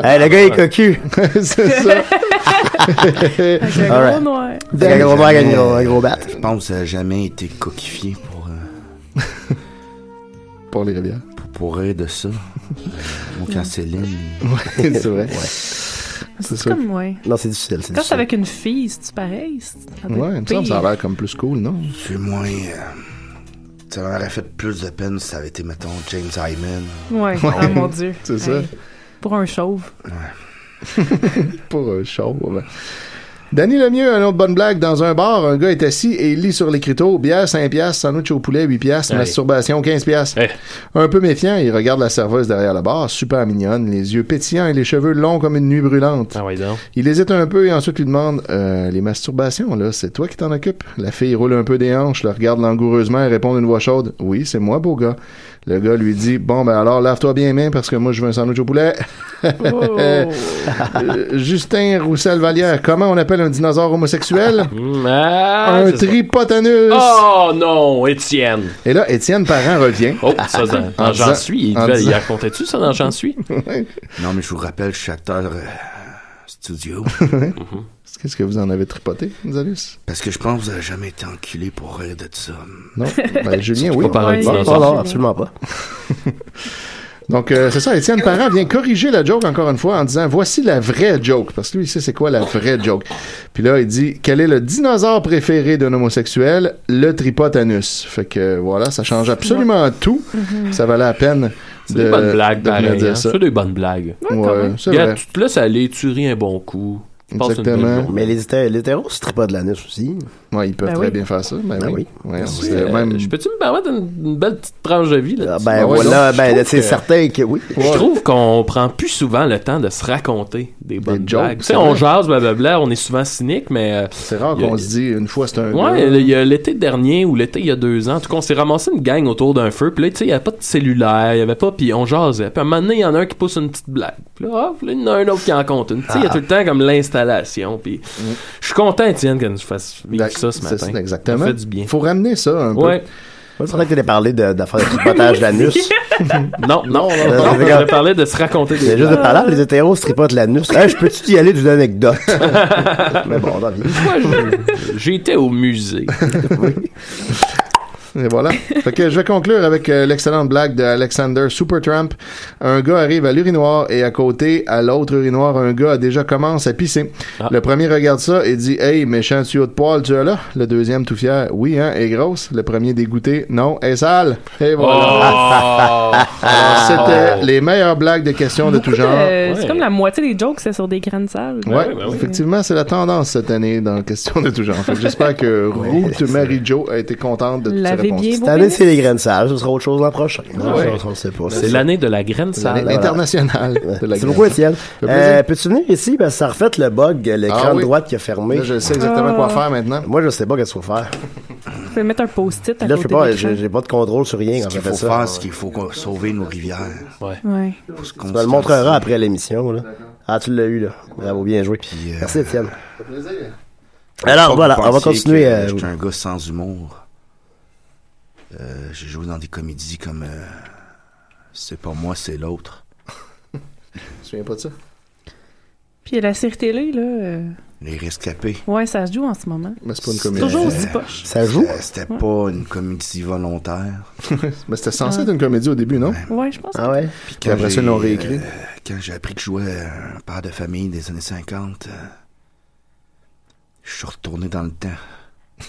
Speaker 4: Hey, le gars est cocu.
Speaker 6: c'est ça.
Speaker 4: un gros Alright. noir. Avec un gros noir, avec un gros- un gros bat.
Speaker 7: Je pense que ça n'a jamais été coquifié pour. euh,
Speaker 6: pour les rivières.
Speaker 7: Pour, rire de ça. Mon quand Céline.
Speaker 6: Ouais, c'est vrai.
Speaker 7: C'est
Speaker 5: ça. comme, ouais.
Speaker 4: Non, c'est difficile. c'est
Speaker 5: Quand c'est
Speaker 4: difficile.
Speaker 5: avec une fille, c'est-tu pareil? C'est-
Speaker 6: Ouais, il me semble que ça a l'air comme plus cool, non?
Speaker 7: C'est moins. euh, ça m'aurait fait plus de peine si ça avait été, mettons, James Hyman.
Speaker 5: Ouais, oh mon dieu.
Speaker 6: C'est ça.
Speaker 5: Hey, Pour un chauve.
Speaker 6: pour euh, un chauve. Danny Lemieux, un autre bonne blague dans un bar. Un gars est assis et il lit sur l'écriteau bière 5 piastres, sandwich au poulet 8 piastres,
Speaker 1: Hey.
Speaker 6: masturbation 15 piastres.
Speaker 1: Eh,
Speaker 6: Un peu méfiant, il regarde la serveuse derrière le bar, super mignonne, les yeux pétillants et les cheveux longs comme une nuit brûlante.
Speaker 1: Ah ouais, donc.
Speaker 6: Il hésite un peu et ensuite lui demande Euh, Les masturbations, là, c'est toi qui t'en occupes La fille roule un peu des hanches, le regarde langoureusement et répond d'une voix chaude Oui, c'est moi, beau gars. Le gars lui dit Bon, ben alors, lave-toi bien les mains parce que moi, je veux un sandwich au poulet.
Speaker 1: Oh.
Speaker 6: Euh, Justin Roussel-Vallière, comment on appelle un dinosaure homosexuel
Speaker 1: Mm, ah,
Speaker 6: Un
Speaker 1: c'est ça.
Speaker 6: tripotanus
Speaker 1: Oh non, Étienne.
Speaker 6: Et là, Étienne Parent revient.
Speaker 1: Oh, ça, ça-
Speaker 6: En
Speaker 1: dans J'en
Speaker 6: disant-
Speaker 1: suis. Il
Speaker 6: en
Speaker 1: devait- il
Speaker 6: disant-
Speaker 1: racontait-tu ça dans J'en suis?
Speaker 7: Non, mais je vous rappelle, je suis acteur euh, studio.
Speaker 6: Qu'est-ce que vous en avez tripoté, Alice
Speaker 7: Parce que je pense que vous n'avez jamais été enculé pour rire de ça.
Speaker 6: Non, ben, Julien,
Speaker 7: Surtout
Speaker 6: oui.
Speaker 7: pas par un
Speaker 6: Ah,
Speaker 7: dinosaure.
Speaker 6: non,
Speaker 7: Julien.
Speaker 4: absolument pas.
Speaker 6: Donc, euh, c'est ça, Étienne Parent vient corriger la joke encore une fois en disant Voici la vraie joke. Parce que lui, il sait c'est quoi la vraie joke. Puis là, il dit Quel est le dinosaure préféré d'un homosexuel Le tripotanus. Fait que voilà, ça change absolument tout. Ça valait la peine
Speaker 1: C'est
Speaker 6: de,
Speaker 1: des bonnes blagues,
Speaker 6: de venir
Speaker 1: pareil.
Speaker 6: dire
Speaker 1: hein.
Speaker 6: ça.
Speaker 1: C'est des bonnes blagues.
Speaker 6: Ouais, c'est
Speaker 1: Regarde,
Speaker 6: vrai.
Speaker 1: Tu te laisses aller, tu ris un bon coup. Tu passes une belle journée.
Speaker 4: Mais les hété- les hétéros se trippent pas de l'anus aussi.
Speaker 6: Ouais, ils peuvent
Speaker 1: Ben très oui.
Speaker 6: bien faire ça. Ben,
Speaker 4: oui.
Speaker 6: Ouais,
Speaker 1: Euh, Je peux-tu me permettre une, une belle petite tranche de vie? Là,
Speaker 7: Ah
Speaker 4: Ben voilà, ben là, c'est certain que oui.
Speaker 1: Je trouve qu'on prend plus souvent le temps de se raconter des bonnes
Speaker 6: jokes,
Speaker 1: blagues. Tu
Speaker 6: c'est
Speaker 1: sais, on
Speaker 6: vrai.
Speaker 1: jase, blablabla, on est souvent cynique, mais... euh, C'est
Speaker 6: rare qu'on se dit une fois c'est un
Speaker 1: Ouais,
Speaker 6: gars.
Speaker 1: il y a l'été dernier ou l'été il y a deux ans, en tout cas, on s'est ramassé une gang autour d'un feu, puis là, tu sais, il n'y avait pas de cellulaire, il n'y avait pas, puis on jasait. Puis à un moment donné, il y en a un qui pousse une petite blague. Puis là, ah, puis là, il y en a un autre qui en compte une. Tu sais, il y a
Speaker 6: Ah. Mm.
Speaker 1: tout le temps comme l'installation, puis je suis content, Étienne, que nous fasse vivre ça ce
Speaker 6: Ben, c'est
Speaker 1: matin.
Speaker 6: ça, exactement.
Speaker 1: Ça fait du bien.
Speaker 6: Faut ramener ça un
Speaker 1: Ouais.
Speaker 6: peu.
Speaker 4: Moi, je pensais que t'allais parler de- d'affaires de tripotage d'anus.
Speaker 1: Non, non, non,
Speaker 4: Non,
Speaker 1: non,
Speaker 4: non,
Speaker 1: on
Speaker 4: regarde.
Speaker 1: devrait parler de se raconter des
Speaker 4: C'est juste de
Speaker 1: blagues.
Speaker 4: parler, les hétéros se tripotent l'anus. Hey, je peux-tu y aller d'une anecdote? Mais bon, dans la vie.
Speaker 1: J'étais au musée.
Speaker 6: Et voilà. Fait que je vais conclure avec euh, l'excellente blague de Alexander Supertramp. Un gars arrive à l'urinoir et à côté, à l'autre urinoir, un gars a déjà commence à pisser.
Speaker 1: Ah.
Speaker 6: Le premier regarde ça et dit Hey, méchant tuyau de poil, tu as là Le deuxième, tout fier Oui, hein, est grosse. Le premier, dégoûté Non, est sale. Et
Speaker 1: Oh.
Speaker 6: voilà. Alors, Ah, C'était
Speaker 1: Oh.
Speaker 6: les meilleures blagues de questions de tout
Speaker 5: Euh,
Speaker 6: genre.
Speaker 5: C'est comme la moitié des jokes, c'est sur des grandes salles.
Speaker 6: Ouais, ben effectivement, c'est la tendance cette année dans la question de tout genre. Fait que J'espère que Ruth Marie-Jo a été contente de toutes ces
Speaker 5: L'avez
Speaker 6: réponses.
Speaker 5: bien
Speaker 4: Cette année, c'est les graines sales. Ce sera autre chose l'an prochain. Non,
Speaker 6: Ouais.
Speaker 4: on- on sait
Speaker 7: Ben,
Speaker 4: pas.
Speaker 1: C'est l'année de la graine sale.
Speaker 4: L'année
Speaker 6: internationale de la
Speaker 4: C'est
Speaker 6: graine.
Speaker 4: beaucoup, Étienne.
Speaker 6: Fait plaisir.
Speaker 4: Euh, Peux-tu venir ici? Parce que ça a refait le bug, l'écran
Speaker 6: Ah oui.
Speaker 4: droite qui a fermé.
Speaker 6: Là, je sais exactement quoi Ah. faire maintenant.
Speaker 4: Moi, je sais pas qu'est-ce qu'il faut faire.
Speaker 5: Vous pouvez mettre un post-it à
Speaker 4: Là, je
Speaker 5: côté
Speaker 4: sais pas,
Speaker 5: de l'écran.
Speaker 4: j'ai j'ai pas de contrôle sur rien
Speaker 7: Ce
Speaker 4: quand
Speaker 7: qu'il
Speaker 4: je
Speaker 7: faut
Speaker 4: fais
Speaker 7: faire,
Speaker 4: ça.
Speaker 7: c'est qu'il faut qu'on- sauver nos rivières.
Speaker 1: Ouais.
Speaker 5: Ouais.
Speaker 4: Tu me le montreras après l'émission, là. Ah, tu l'as eu, là. Bravo, bien joué.
Speaker 6: euh,
Speaker 4: Merci, Étienne.
Speaker 7: Ah,
Speaker 4: Alors, voilà, on va continuer. euh,
Speaker 7: Je suis un gars sans humour. Euh, J'ai joué dans des comédies comme euh, C'est pas moi, c'est l'autre.
Speaker 6: Je me souviens pas de ça.
Speaker 5: Puis la série télé, là, euh,
Speaker 7: Les rescapés.
Speaker 5: ouais, ça se joue en ce moment.
Speaker 6: Mais c'est pas une
Speaker 5: C'est
Speaker 6: comédie.
Speaker 5: Toujours aussi poche.
Speaker 4: Ça joue?
Speaker 7: C'était
Speaker 5: Ouais.
Speaker 7: pas une comédie volontaire.
Speaker 6: Mais c'était censé être une comédie au début, non?
Speaker 5: Ouais, je pense.
Speaker 4: Ah ouais?
Speaker 7: Puis
Speaker 6: Puis après ça, ils l'ont réécrit.
Speaker 7: euh, quand j'ai appris que je jouais un père de famille des années 50, euh, je suis retourné dans le temps.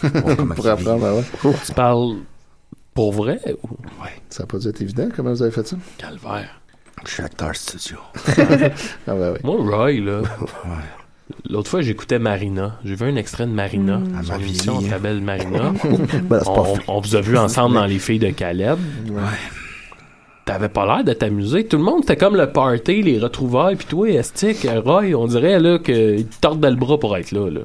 Speaker 7: Voir comment
Speaker 6: Pour
Speaker 7: ils
Speaker 6: apprendre,
Speaker 7: vivent.
Speaker 6: ben ouais.
Speaker 1: Tu parles pour vrai ou
Speaker 6: Ça n'a pas dû être évident, comment vous avez fait ça?
Speaker 1: calvaire?
Speaker 7: Je suis acteur studio.
Speaker 6: Ah ben oui.
Speaker 1: Moi, Roy, là, L'autre fois, j'écoutais Marina. J'ai vu un extrait de Marina.
Speaker 4: Mm. Elle
Speaker 1: Son
Speaker 4: m'a
Speaker 1: émission
Speaker 4: vieilli, hein.
Speaker 1: s'appelle Marina.
Speaker 4: Ben, c'est pas
Speaker 1: on,
Speaker 6: Oh.
Speaker 4: vrai.
Speaker 1: on vous a vu ensemble dans Les Filles de Caleb.
Speaker 4: Ouais.
Speaker 1: T'avais pas l'air de t'amuser. Tout le monde, c'était comme le party, les retrouvailles. Puis toi, Estic, Roy, on dirait là, qu'ils te tordent dans le bras pour être là. là.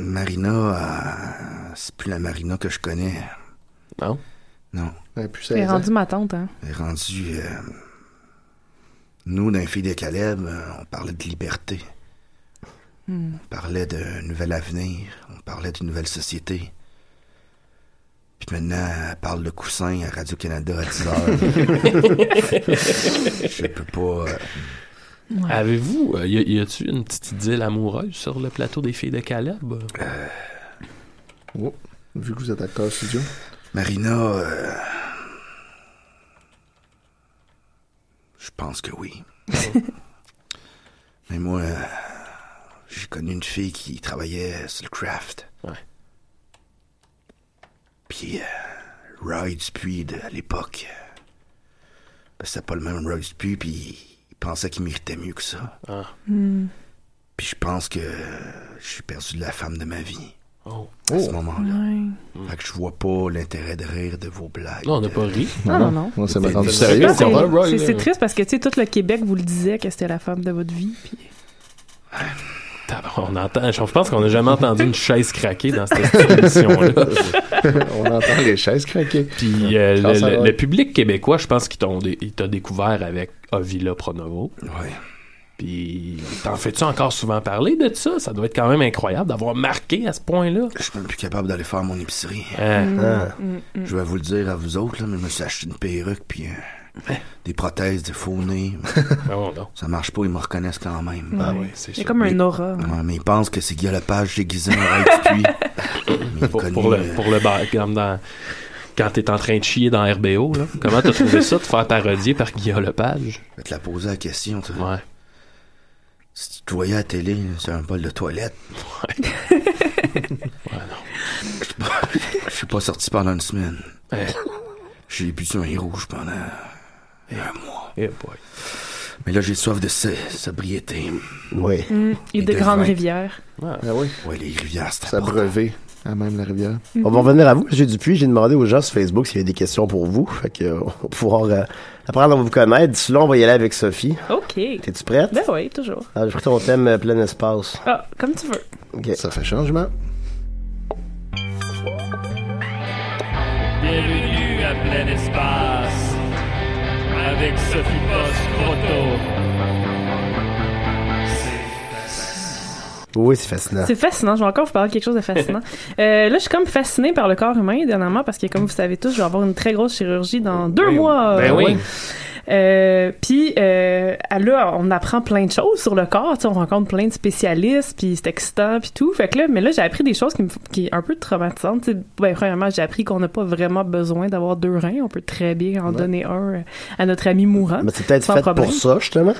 Speaker 7: Marina, euh, c'est plus la Marina que je connais.
Speaker 1: Non?
Speaker 7: Non.
Speaker 5: Elle est rendue ma tante, hein.
Speaker 7: Elle est rendue, euh, nous, d'un fille de Caleb, euh, on parlait de liberté.
Speaker 5: Hmm.
Speaker 7: On parlait d'un nouvel avenir. On parlait d'une nouvelle société. Puis maintenant, elle parle de coussin à Radio-Canada à 10 heures. je peux pas. euh,
Speaker 1: Avez-vous, euh, y, a- y a-tu une petite idylle amoureuse sur le plateau des filles de Caleb?
Speaker 6: Oh, vu que vous êtes acteur studio.
Speaker 7: Marina, euh, je pense que oui. Mais moi, euh, j'ai connu une fille qui travaillait sur le craft. Puis euh, Roy Dupuis de à l'époque. euh, Ben, c'était pas le même Roy Dupuis, puis il pensait qu'il méritait mieux que ça.
Speaker 1: Ah.
Speaker 5: Hmm.
Speaker 7: Puis je pense que euh, je suis perdu de la femme de ma vie.
Speaker 1: Oh.
Speaker 7: À ce moment-là.
Speaker 5: Ouais.
Speaker 7: Fait que je vois pas l'intérêt de rire de vos blagues.
Speaker 1: Non, on n'a pas ri.
Speaker 5: Non, non, non.
Speaker 6: Non, ça m'a
Speaker 7: C'est-
Speaker 6: rendu
Speaker 7: c'est-
Speaker 6: sérieux.
Speaker 5: Non, c'est-
Speaker 6: ça va,
Speaker 5: c'est-
Speaker 6: Roy,
Speaker 5: C'est
Speaker 6: là.
Speaker 5: triste parce que, tu sais, tout le Québec vous le disait que c'était la femme de votre vie. Puis...
Speaker 1: Tabarnak, On entend, je pense qu'on n'a jamais entendu une chaise craquer dans cette petite émission-là.
Speaker 6: On entend les chaises craquer.
Speaker 1: Puis euh,
Speaker 6: Grâce à
Speaker 1: le, le-
Speaker 6: Roy.
Speaker 1: le public québécois, je pense qu'il t'ont dé- il t'a découvert avec Avila Pronovo.
Speaker 7: Ouais.
Speaker 1: Puis t'en fais-tu encore souvent parler de ça? Ça doit être quand même incroyable d'avoir marqué à ce point-là.
Speaker 7: Je suis même plus capable d'aller faire mon épicerie.
Speaker 1: Hein. Mm,
Speaker 4: Ah,
Speaker 7: Hein.
Speaker 1: mm, mm.
Speaker 7: Je vais vous le dire à vous autres, là, mais je me suis acheté une perruque puis euh, des prothèses de faux nez.
Speaker 1: Ah
Speaker 7: Ça marche pas, ils me reconnaissent quand même.
Speaker 5: Ah oui, c'est Il y a sûr. comme un aura.
Speaker 7: Ouais, mais ils pensent que c'est Guy Lepage déguisé en Ray Dupuis. Mais
Speaker 1: Pour,
Speaker 7: il est
Speaker 1: pour le,
Speaker 7: connu, euh,
Speaker 1: pour le bar- comme dans- quand t'es en train de chier dans RBO, là. comment t'as trouvé ça de faire parodier par Guillaume Lepage?
Speaker 7: Je vais te la poser la question. toi.
Speaker 1: Ouais.
Speaker 7: Si tu te voyais à la télé, c'est un bol de toilette. Ouais. non. Je suis pas sorti pendant une semaine. J'ai bu du vin rouge pendant un mois.
Speaker 1: Eh
Speaker 7: Mais là, j'ai soif de sa- sobriété.
Speaker 4: Oui.
Speaker 5: Hmm. Et de grandes rivières.
Speaker 6: oui.
Speaker 7: Oui, les rivières, c'est
Speaker 6: Ça brevet à même la rivière.
Speaker 4: On va revenir à vous, M. Dupuis. J'ai demandé aux gens sur Facebook s'il y avait des questions pour vous. Fait que, euh, on va pouvoir euh, apprendre à vous connaître. D'ici là, on va y aller avec Sophie.
Speaker 5: OK.
Speaker 4: T'es-tu prête?
Speaker 5: Ben oui, toujours.
Speaker 4: Alors, j'ai pris ton thème euh, plein espace.
Speaker 5: Ah, comme tu veux.
Speaker 6: Ça fait changement.
Speaker 3: Bienvenue à plein espace avec Sophie Post-Croto.
Speaker 4: Oui, c'est fascinant.
Speaker 5: C'est fascinant. Je vais encore vous parler de quelque chose de fascinant. Euh, là, je suis comme fascinée par le corps humain dernièrement parce que, comme vous savez tous, je vais avoir une très grosse chirurgie dans deux mois.
Speaker 1: Ben oui.
Speaker 5: Euh, puis euh, là, on apprend plein de choses sur le corps. tu sais, On rencontre plein de spécialistes, puis c'est excitant, puis tout. Fait que là, mais là, j'ai appris des choses qui, me, f- qui est un peu traumatisantes. tu sais. Ben, premièrement, j'ai appris qu'on n'a pas vraiment besoin d'avoir deux reins. On peut très bien en donner un à notre ami mourant.
Speaker 4: Mais c'est peut-être
Speaker 5: sans
Speaker 4: fait
Speaker 5: problème.
Speaker 4: pour ça, justement.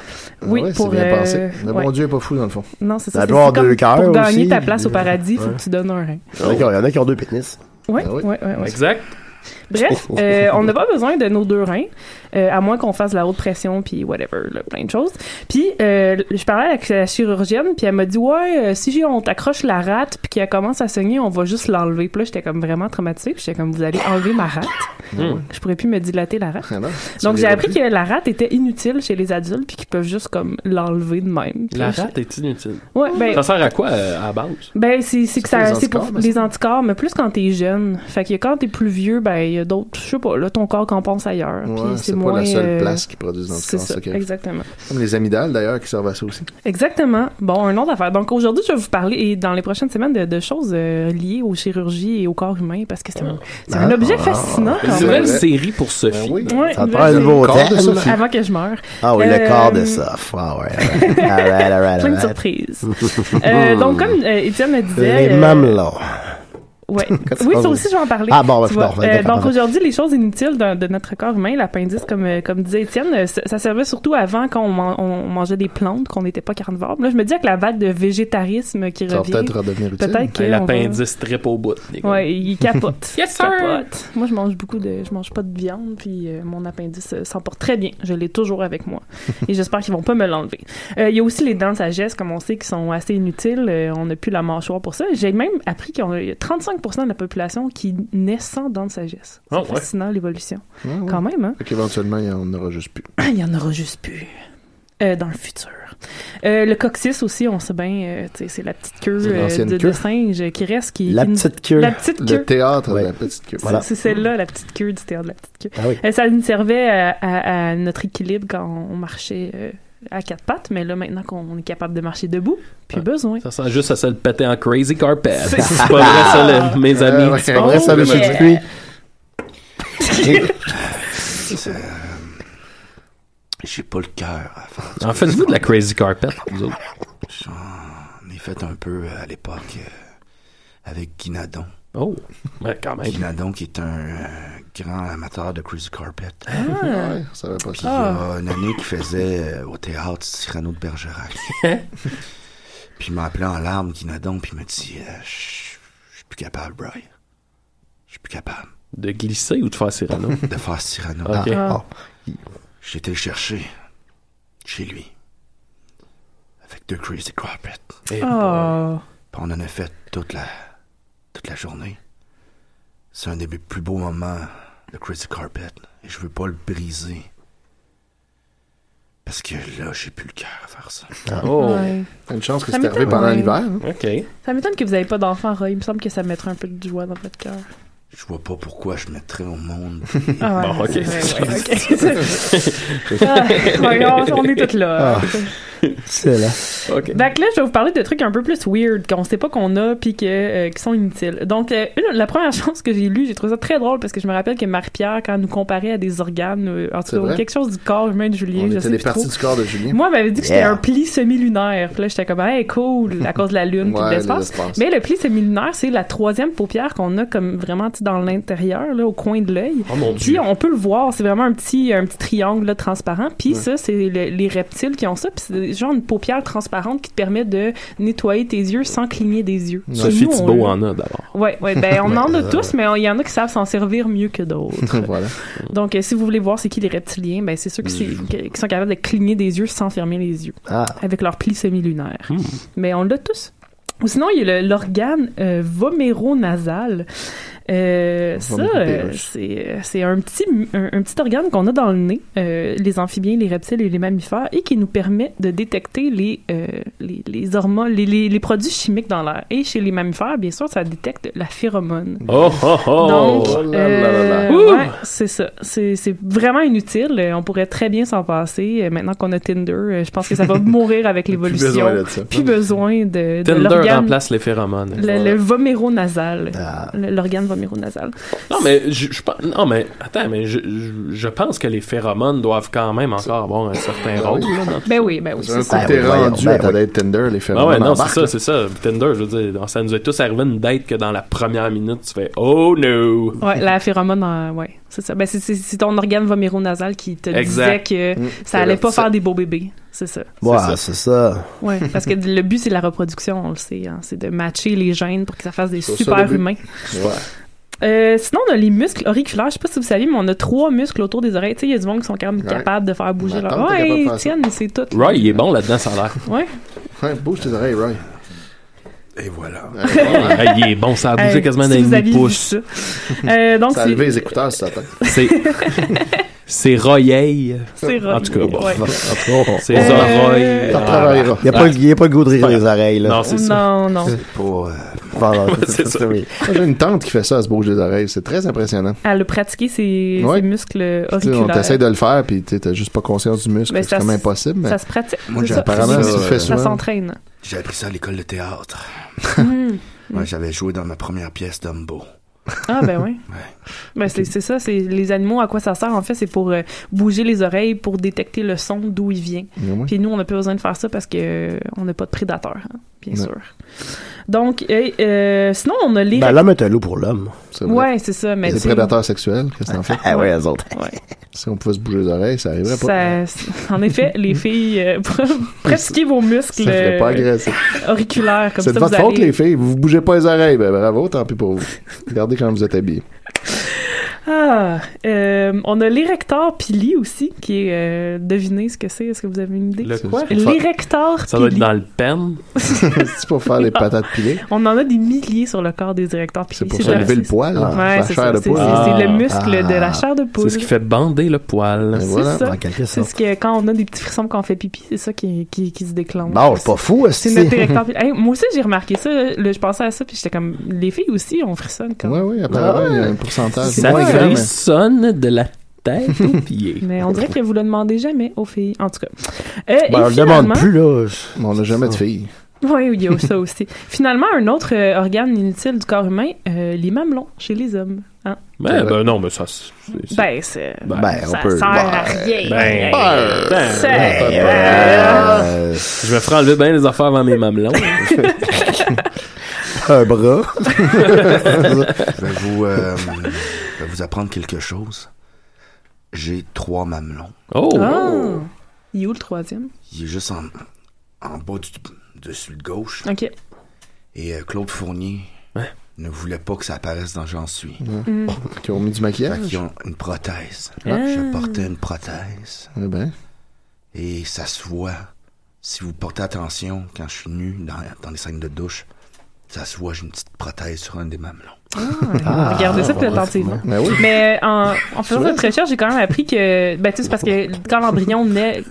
Speaker 5: Oui,
Speaker 6: Ah ouais,
Speaker 5: pour,
Speaker 6: c'est bien
Speaker 5: euh,
Speaker 6: pensé. Le
Speaker 5: ouais.
Speaker 6: bon Dieu est pas fou, dans le fond.
Speaker 5: Non, c'est ça.
Speaker 4: Ça
Speaker 5: c'est-
Speaker 4: peut avoir
Speaker 5: c'est comme
Speaker 4: deux cœurs
Speaker 5: Pour gagner
Speaker 4: aussi.
Speaker 5: ta place au paradis, il faut
Speaker 4: Ouais.
Speaker 5: que tu donnes un rein.
Speaker 4: Il y en a qui ont- il y en a qui ont deux pénis.
Speaker 5: Ouais, ouais, ouais, ouais.
Speaker 1: Exact.
Speaker 5: Bref, euh, on n'a pas besoin de nos deux reins, euh, à moins qu'on fasse de la haute pression, puis whatever, là, plein de choses. Puis, euh, je parlais avec la chirurgienne, puis elle m'a dit, ouais, euh, si on t'accroche la rate, puis qu'elle commence à saigner, on va juste l'enlever. Puis là, j'étais comme vraiment traumatisée, puis j'étais comme, vous allez enlever ma rate.
Speaker 3: Mm.
Speaker 5: Je pourrais plus me dilater la rate.
Speaker 6: Ah non,
Speaker 5: Donc,
Speaker 1: l'as
Speaker 5: j'ai appris
Speaker 1: plus?
Speaker 5: que la rate était inutile chez les adultes, puis qu'ils peuvent juste comme l'enlever de même. Puis
Speaker 1: La
Speaker 5: là, j'étais-
Speaker 1: rate est inutile.
Speaker 5: Ouais, ben-
Speaker 1: ça sert à quoi euh, à la base?
Speaker 5: Ben, c'est c'est que
Speaker 1: pour
Speaker 5: ça,
Speaker 1: les
Speaker 5: c'est pour
Speaker 1: anticorps, me
Speaker 5: les anticorps, mais plus quand t'es jeune. Fait que quand t'es plus vieux, ben, il y a d'autres, je sais pas, là, ton corps compense ailleurs.
Speaker 6: Ouais,
Speaker 5: puis
Speaker 6: c'est pas
Speaker 5: moins,
Speaker 6: la seule
Speaker 5: euh,
Speaker 6: place qui produit des anticorps.
Speaker 5: C'est ça,
Speaker 6: que-
Speaker 5: exactement.
Speaker 6: Comme les amygdales, d'ailleurs, qui servent à ça aussi.
Speaker 5: Exactement. Bon, un autre affaire. Donc, aujourd'hui, je vais vous parler, et dans les prochaines semaines, de, de choses euh, liées aux chirurgies et au corps humain, parce que c'est un, c'est un
Speaker 1: Ah.
Speaker 5: objet fascinant,
Speaker 1: Une
Speaker 5: quand
Speaker 1: nouvelle
Speaker 5: même.
Speaker 1: série pour
Speaker 6: Ben
Speaker 1: Sophie.
Speaker 5: Ouais,
Speaker 4: Ça
Speaker 5: une
Speaker 4: prend
Speaker 5: nouvelle
Speaker 4: un nouveau
Speaker 5: série.
Speaker 4: thème. Corps de Sophie.
Speaker 5: Avant que je meure.
Speaker 4: Ah oui, le
Speaker 5: Euh,
Speaker 4: corps de ça. Ah ouais. ouais. All right, all right, all
Speaker 5: Plein de
Speaker 4: right.
Speaker 5: surprises. Euh, donc, comme euh, Étienne le euh, disait...
Speaker 4: Les
Speaker 5: euh,
Speaker 4: mamelons.
Speaker 5: Ouais.
Speaker 4: Quand tu
Speaker 5: oui,
Speaker 4: parles-
Speaker 5: ça aussi, je vais en parler.
Speaker 4: Ah, bon, bah,
Speaker 5: Tu vois,
Speaker 4: bon, ouais,
Speaker 5: euh,
Speaker 4: d'accord,
Speaker 5: donc
Speaker 4: pardon.
Speaker 5: aujourd'hui, les choses inutiles de, de notre corps humain, l'appendice, comme, euh, comme disait Étienne, euh, ça, ça servait surtout avant quand on, man- on mangeait des plantes, qu'on n'était pas carnivore. Là, je me dis avec la vague de végétarisme qui
Speaker 1: Ça va
Speaker 5: revient.
Speaker 1: peut-être redevenir utile.
Speaker 5: Peut-être que.
Speaker 1: Ouais,
Speaker 5: on va-
Speaker 1: l'appendice trip au bout, les gars.
Speaker 5: Ouais, il capote.
Speaker 1: Yes, sir!
Speaker 5: Il capote. Moi, je mange beaucoup de. Je mange pas de viande, puis euh, mon appendice euh, s'en porte très bien. Je l'ai toujours avec moi. Et j'espère qu'ils vont pas me l'enlever. Euh, Il y a aussi les dents de sagesse, comme on sait, qui sont assez inutiles. Euh, on n'a plus la mâchoire pour ça. J'ai même appris qu'il y a 35 de la population qui naît sans dents de sagesse. C'est
Speaker 6: Ah, ouais.
Speaker 5: fascinant, l'évolution.
Speaker 6: Ah, ouais.
Speaker 5: Quand même, hein?
Speaker 6: Fait qu'éventuellement, il y en aura juste plus.
Speaker 5: Il y en aura juste plus. Euh, dans le futur. Euh, le coccyx aussi, on sait bien, euh, tu sais, c'est la petite queue
Speaker 6: C'est
Speaker 5: euh,
Speaker 6: l'ancienne
Speaker 5: de, de
Speaker 6: queue.
Speaker 5: singe qui reste. Qui,
Speaker 4: La
Speaker 5: qui nous-
Speaker 4: petite queue.
Speaker 5: La petite queue.
Speaker 6: Le théâtre de la petite queue.
Speaker 5: C'est- C'est celle-là, la petite queue du théâtre de la petite queue.
Speaker 6: Ah oui.
Speaker 5: Euh, ça nous servait à, à- à notre équilibre quand on marchait euh, à quatre pattes, mais là, maintenant qu'on est capable de marcher debout,
Speaker 6: Ah.
Speaker 5: plus besoin.
Speaker 1: Ça sent juste à se le péter en crazy carpet.
Speaker 5: C'est Euh,
Speaker 1: C'est pas vrai, ça, le- mes
Speaker 6: Ah,
Speaker 1: amis.
Speaker 6: ouais,
Speaker 1: C'est
Speaker 6: un
Speaker 1: pas
Speaker 6: vrai salut sur le cuit.
Speaker 7: euh, J'ai pas le cœur à faire.
Speaker 1: En faites-vous de la crazy carpet, vous autres?
Speaker 7: J'en ai fait un peu euh, à l'époque euh, avec Guinadon.
Speaker 1: Oh, ouais, quand même.
Speaker 7: Guinadon qui est un euh, grand amateur de Crazy Carpet.
Speaker 6: Ah.
Speaker 5: Ah.
Speaker 6: Ouais, ça va pas
Speaker 7: Puis il y a une année qu'il faisait euh, au théâtre Cyrano de Bergerac. puis il m'a appelé en larmes, Guinadon, puis il m'a dit euh, Je je suis plus capable, Brian. Je suis plus capable.
Speaker 1: De glisser ou de faire Cyrano?
Speaker 7: De faire Cyrano.
Speaker 1: Ok. Ah.
Speaker 7: J'ai été le chercher chez lui avec deux Crazy Carpet.
Speaker 1: Et
Speaker 5: Oh.
Speaker 7: Puis on en a fait toute la, toute la journée. C'est un des mes plus beaux moments de Crazy Carpet. Et je veux pas le briser. Parce que là, j'ai plus le cœur à faire ça.
Speaker 6: Oh.
Speaker 5: Ouais.
Speaker 6: Une chance que
Speaker 5: Ça
Speaker 6: c'est arrivé
Speaker 5: m'étonne,
Speaker 6: pendant
Speaker 5: ouais.
Speaker 6: l'hiver. hein.
Speaker 1: OK.
Speaker 5: Ça m'étonne que vous n'avez pas d'enfant, Roy. Il me semble que ça mettrait un peu de joie dans votre cœur.
Speaker 7: Je vois pas pourquoi je mettrais au monde.
Speaker 5: Ah ouais,
Speaker 1: Bon, ok.
Speaker 5: c'est vrai, ouais, ok. Ah, voyons, on est toutes
Speaker 6: Ah.
Speaker 5: là.
Speaker 4: C'est là.
Speaker 1: OK.
Speaker 5: Donc là, je vais vous parler de trucs un peu plus weird qu'on sait pas qu'on a puis que, euh, qui sont inutiles. Donc, euh, une- la première chose que j'ai lue, j'ai trouvé ça très drôle parce que je me rappelle que Marie-Pierre, quand elle nous comparait à des organes, euh, en
Speaker 6: C'est
Speaker 5: tout cas,
Speaker 6: vrai?
Speaker 5: quelque chose du corps humain de Julien,
Speaker 6: On
Speaker 5: je
Speaker 6: était
Speaker 5: sais
Speaker 6: des
Speaker 5: plus
Speaker 6: parties
Speaker 5: trop.
Speaker 6: du corps de Julien.
Speaker 5: Moi, elle m'avait dit que j'étais
Speaker 6: Yeah.
Speaker 5: un pli semi-lunaire. Puis là, j'étais comme, hey, cool, à cause de la lune puis de
Speaker 6: Ouais,
Speaker 5: l'espace.
Speaker 6: l'espace.
Speaker 5: Mais le pli semi-lunaire, c'est la troisième paupière qu'on a comme vraiment tu sais, dans l'intérieur, là, au coin de l'œil.
Speaker 1: Oh, mon
Speaker 5: Puis
Speaker 1: Dieu.
Speaker 5: on peut le voir, c'est vraiment un petit, un petit triangle là, transparent. Puis
Speaker 1: Ouais.
Speaker 5: ça, c'est le- les reptiles qui ont ça. Puis c'est genre une paupière transparente qui te permet de nettoyer tes yeux sans cligner des yeux. Chez
Speaker 1: Sophie
Speaker 5: nous, on
Speaker 1: Thibault
Speaker 5: l'a.
Speaker 1: en a d'abord.
Speaker 5: Ouais, ouais, ben on
Speaker 1: Ouais,
Speaker 5: en a
Speaker 1: euh,
Speaker 5: tous, mais on- il y en a qui savent s'en servir mieux que d'autres.
Speaker 6: voilà.
Speaker 5: Donc, euh, si vous voulez voir c'est qui les reptiliens, ben c'est ceux qui, c'est- qui- qui sont capables de cligner des yeux sans fermer les yeux,
Speaker 4: Ah.
Speaker 5: avec leurs plis semi-lunaires. Mais on l'a tous. Ou sinon, il y a le- l'organe euh, voméronasal. Euh, ça, euh,
Speaker 10: Voméropérus.
Speaker 5: c'est euh, c'est un petit, un, un petit organe qu'on a dans le nez, euh, les amphibiens, les reptiles et les mammifères, et qui nous permet de détecter les, euh, les, les hormones, les, les- les produits chimiques dans l'air. Et chez les mammifères, bien sûr, ça détecte la phéromone.
Speaker 1: Oh, oh, oh!
Speaker 5: Donc,
Speaker 1: Oh là
Speaker 5: euh,
Speaker 1: là là là.
Speaker 5: ouais, c'est ça. C'est c'est vraiment inutile. Euh, On pourrait très bien s'en passer. Euh, Maintenant qu'on a Tinder, euh, je pense que ça va mourir avec l'évolution.
Speaker 1: besoin de ça.
Speaker 5: Plus besoin de, de
Speaker 1: Tinder
Speaker 5: l'organe.
Speaker 1: remplace les phéromones.
Speaker 5: Le, le voméronasal.
Speaker 1: Ah.
Speaker 5: Le- L'organe voméronasal.
Speaker 1: Non, mais je, je pense- non, mais attends, mais je, je, je pense que les phéromones doivent quand même encore avoir un certain rôle. là, dans-
Speaker 5: Ben oui, ben oui.
Speaker 6: Un
Speaker 5: c'est
Speaker 6: coup
Speaker 5: ça.
Speaker 6: que t'es rendu à ta date Tinder, les
Speaker 1: Ah
Speaker 6: phénomènes.
Speaker 1: ouais, non, c'est
Speaker 6: embarquent,
Speaker 1: ça, c'est ça. Tinder, je veux dire, ça nous est tous arrivé une date que dans la première minute, tu fais Oh no!
Speaker 5: Ouais, la phéromone, euh, ouais, c'est ça. Ben, c'est- c'est c'est ton organe voméronasal qui te
Speaker 1: Exact.
Speaker 5: disait que
Speaker 1: Mm, c'est
Speaker 5: ça allait
Speaker 1: vrai,
Speaker 5: pas
Speaker 1: ça.
Speaker 5: faire des beaux bébés. C'est ça.
Speaker 4: Ouais, c'est ça.
Speaker 5: Ouais, parce que le but, c'est la reproduction, on le sait. hein. C'est de matcher les gènes pour que ça fasse des
Speaker 4: C'est ça,
Speaker 5: super
Speaker 4: le but.
Speaker 5: humains.
Speaker 6: Ouais.
Speaker 5: Euh, sinon, on a les muscles auriculaires. Je sais pas si vous saviez, mais on a trois muscles autour des oreilles. Tu sais, il y a du monde qui sont quand même
Speaker 1: Ouais.
Speaker 5: capables de faire bouger
Speaker 1: Ma
Speaker 5: leur...
Speaker 1: tante est capable de
Speaker 5: Ouais,
Speaker 1: faire ça.
Speaker 5: tiens, c'est tout. là.
Speaker 1: Roy, il est bon là-dedans, ça a l'air.
Speaker 5: Ouais.
Speaker 6: Ouais, bouge tes oreilles, Roy.
Speaker 7: Et voilà.
Speaker 1: Hey, Ah, il est bon, ça a bougé
Speaker 5: Hey,
Speaker 1: quasiment
Speaker 5: Euh, si
Speaker 1: d'un
Speaker 5: vous aviez vu
Speaker 1: demi-pouce.
Speaker 5: ça. Euh, donc,
Speaker 6: ça a
Speaker 5: c'est-
Speaker 6: levé les écouteurs sur ta tête.
Speaker 1: C'est. C'est Royeille.
Speaker 5: C'est Roy,
Speaker 1: En tout cas, bon.
Speaker 5: ouais.
Speaker 1: C'est
Speaker 4: Euh,
Speaker 1: Zoroy.
Speaker 4: T'en retravailleras. Il n'y a, pas le- il y a pas le goût de rire les oreilles. Là.
Speaker 1: Non, c'est ça.
Speaker 5: Non, non.
Speaker 7: Pour, euh,
Speaker 6: c'est ça. Moi, J'ai une tante qui fait ça, elle se bouge les oreilles. C'est très impressionnant.
Speaker 5: à le pratiquer, ses,
Speaker 6: Ouais.
Speaker 5: ses muscles
Speaker 6: Tu sais, on
Speaker 5: auriculaires.
Speaker 6: t'essaie de le faire, puis tu sais, t'as juste pas conscience du muscle.
Speaker 5: Ben,
Speaker 6: C'est
Speaker 5: ça
Speaker 6: comme
Speaker 5: se-
Speaker 6: impossible. mais-
Speaker 5: Ça se pratique.
Speaker 7: Moi, j'ai euh,
Speaker 5: Ça-
Speaker 6: apparemment, si tu le fais
Speaker 5: Ça
Speaker 6: souvent-
Speaker 5: s'entraîne.
Speaker 7: J'ai appris ça à l'école de théâtre.
Speaker 5: Hmm.
Speaker 6: Mm.
Speaker 7: Moi, j'avais joué dans ma première pièce d'Humbo.
Speaker 5: Ah ben oui. Ben c'est c'est ça, c'est les animaux à quoi ça sert en fait, c'est pour euh, bouger les oreilles pour détecter le son d'où il vient.
Speaker 7: Mais oui.
Speaker 5: Puis nous on n'a pas besoin de faire ça parce que euh, on n'a pas de prédateurs. hein. bien sûr. Donc, euh, euh, sinon, on a les.
Speaker 4: Ben, l'homme est un loup pour l'homme.
Speaker 5: ouais, c'est ça. Mais
Speaker 6: Les
Speaker 5: tu-
Speaker 6: prédateurs sexuels, qu'est-ce que t'en fais?
Speaker 4: Ah ouais, eux autres.
Speaker 6: Si on pouvait se bouger les oreilles, ça arriverait
Speaker 5: ça-
Speaker 6: pas.
Speaker 5: c'est- en effet, les filles, euh, pratiquez vos muscles
Speaker 6: Ça ferait
Speaker 5: euh,
Speaker 6: pas agressif.
Speaker 5: auriculaires comme
Speaker 6: C'est
Speaker 5: ça.
Speaker 6: de
Speaker 5: vous
Speaker 6: votre faute,
Speaker 5: allez-
Speaker 6: les filles. Vous vous bougez pas les oreilles. Ben bravo, tant pis pour vous. Regardez comment vous êtes habillés.
Speaker 5: Ah, euh, on a l'érector pili aussi, qui est. euh, devinez ce que c'est. Est-ce que vous avez une idée
Speaker 1: Le quoi?
Speaker 5: L'érector
Speaker 1: Ça doit être
Speaker 5: pili.
Speaker 1: dans le pen.
Speaker 6: C'est pour faire les patates pilées.
Speaker 5: On en a des milliers sur le corps des érecteurs pili.
Speaker 6: C'est pour ça
Speaker 5: le-
Speaker 6: lever le poil.
Speaker 5: Ouais,
Speaker 6: hein,
Speaker 5: c'est
Speaker 6: faire chair
Speaker 5: ça,
Speaker 6: de
Speaker 5: c'est-
Speaker 6: poil. Ah.
Speaker 5: c'est- c'est le muscle de la chair de poule.
Speaker 1: C'est ce qui fait bander le poil.
Speaker 5: C'est ça. C'est ce que quand on a des petits frissons qu'on fait pipi, c'est ça qui, qui, qui se déclenche.
Speaker 4: Bon, c'est pas fou,
Speaker 5: C'est notre érecteur pili. Hey, moi aussi, j'ai remarqué ça. là, je pensais à ça, puis j'étais comme, les filles aussi, on frissonne quand
Speaker 6: Ouais, ouais, apparemment, il y a un pourcentage.
Speaker 1: Ça
Speaker 6: Ah, moins grand, mais-
Speaker 1: frissonne de la tête aux pieds.
Speaker 5: Mais on dirait que vous le demandez jamais aux filles, en tout cas. Euh, et
Speaker 6: Ben, on le
Speaker 5: finalement-
Speaker 6: demande plus, là. Mais on n'a jamais de filles.
Speaker 5: Oui, il y a ça aussi. Finalement, un autre euh, organe inutile du corps humain, euh, les mamelons chez les hommes. Hein?
Speaker 1: Ben, ben non, mais ça. c'est- c'est-
Speaker 5: Ben, c'est.
Speaker 1: Ben,
Speaker 5: ça
Speaker 1: on peut-
Speaker 5: sert à
Speaker 1: ben,
Speaker 5: rien.
Speaker 1: ben,
Speaker 5: Ben,
Speaker 1: ben,
Speaker 5: ça-
Speaker 4: Euh,
Speaker 1: Je me ferai enlever bien les affaires avant mes mamelons.
Speaker 5: Ah.
Speaker 4: Un bras.
Speaker 7: je, vais vous, euh, je vais vous apprendre quelque chose. J'ai trois mamelons.
Speaker 1: Oh!
Speaker 5: Ah! Il est où le troisième?
Speaker 7: Il est juste en, en bas du dessus de gauche.
Speaker 5: OK.
Speaker 7: Et euh, Claude Fournier ne voulait pas que ça apparaisse dans J'en suis.
Speaker 5: Mm.
Speaker 6: Qui ont mis du maquillage.
Speaker 7: Qui ont une prothèse.
Speaker 6: Ah.
Speaker 7: Je portais une prothèse.
Speaker 6: Eh ben.
Speaker 7: Et ça se voit. Si vous portez attention, quand je suis nu dans, dans les scènes de douche, ça se voit, j'ai une petite prothèse sur un des mamelons.
Speaker 5: Ah, Regardez ça plus attentivement.
Speaker 7: Ben oui.
Speaker 5: Mais euh, en, en faisant
Speaker 7: Ouais.
Speaker 5: cette recherche, j'ai quand même appris que. Ben, tu sais, c'est parce que quand l'embryon naît.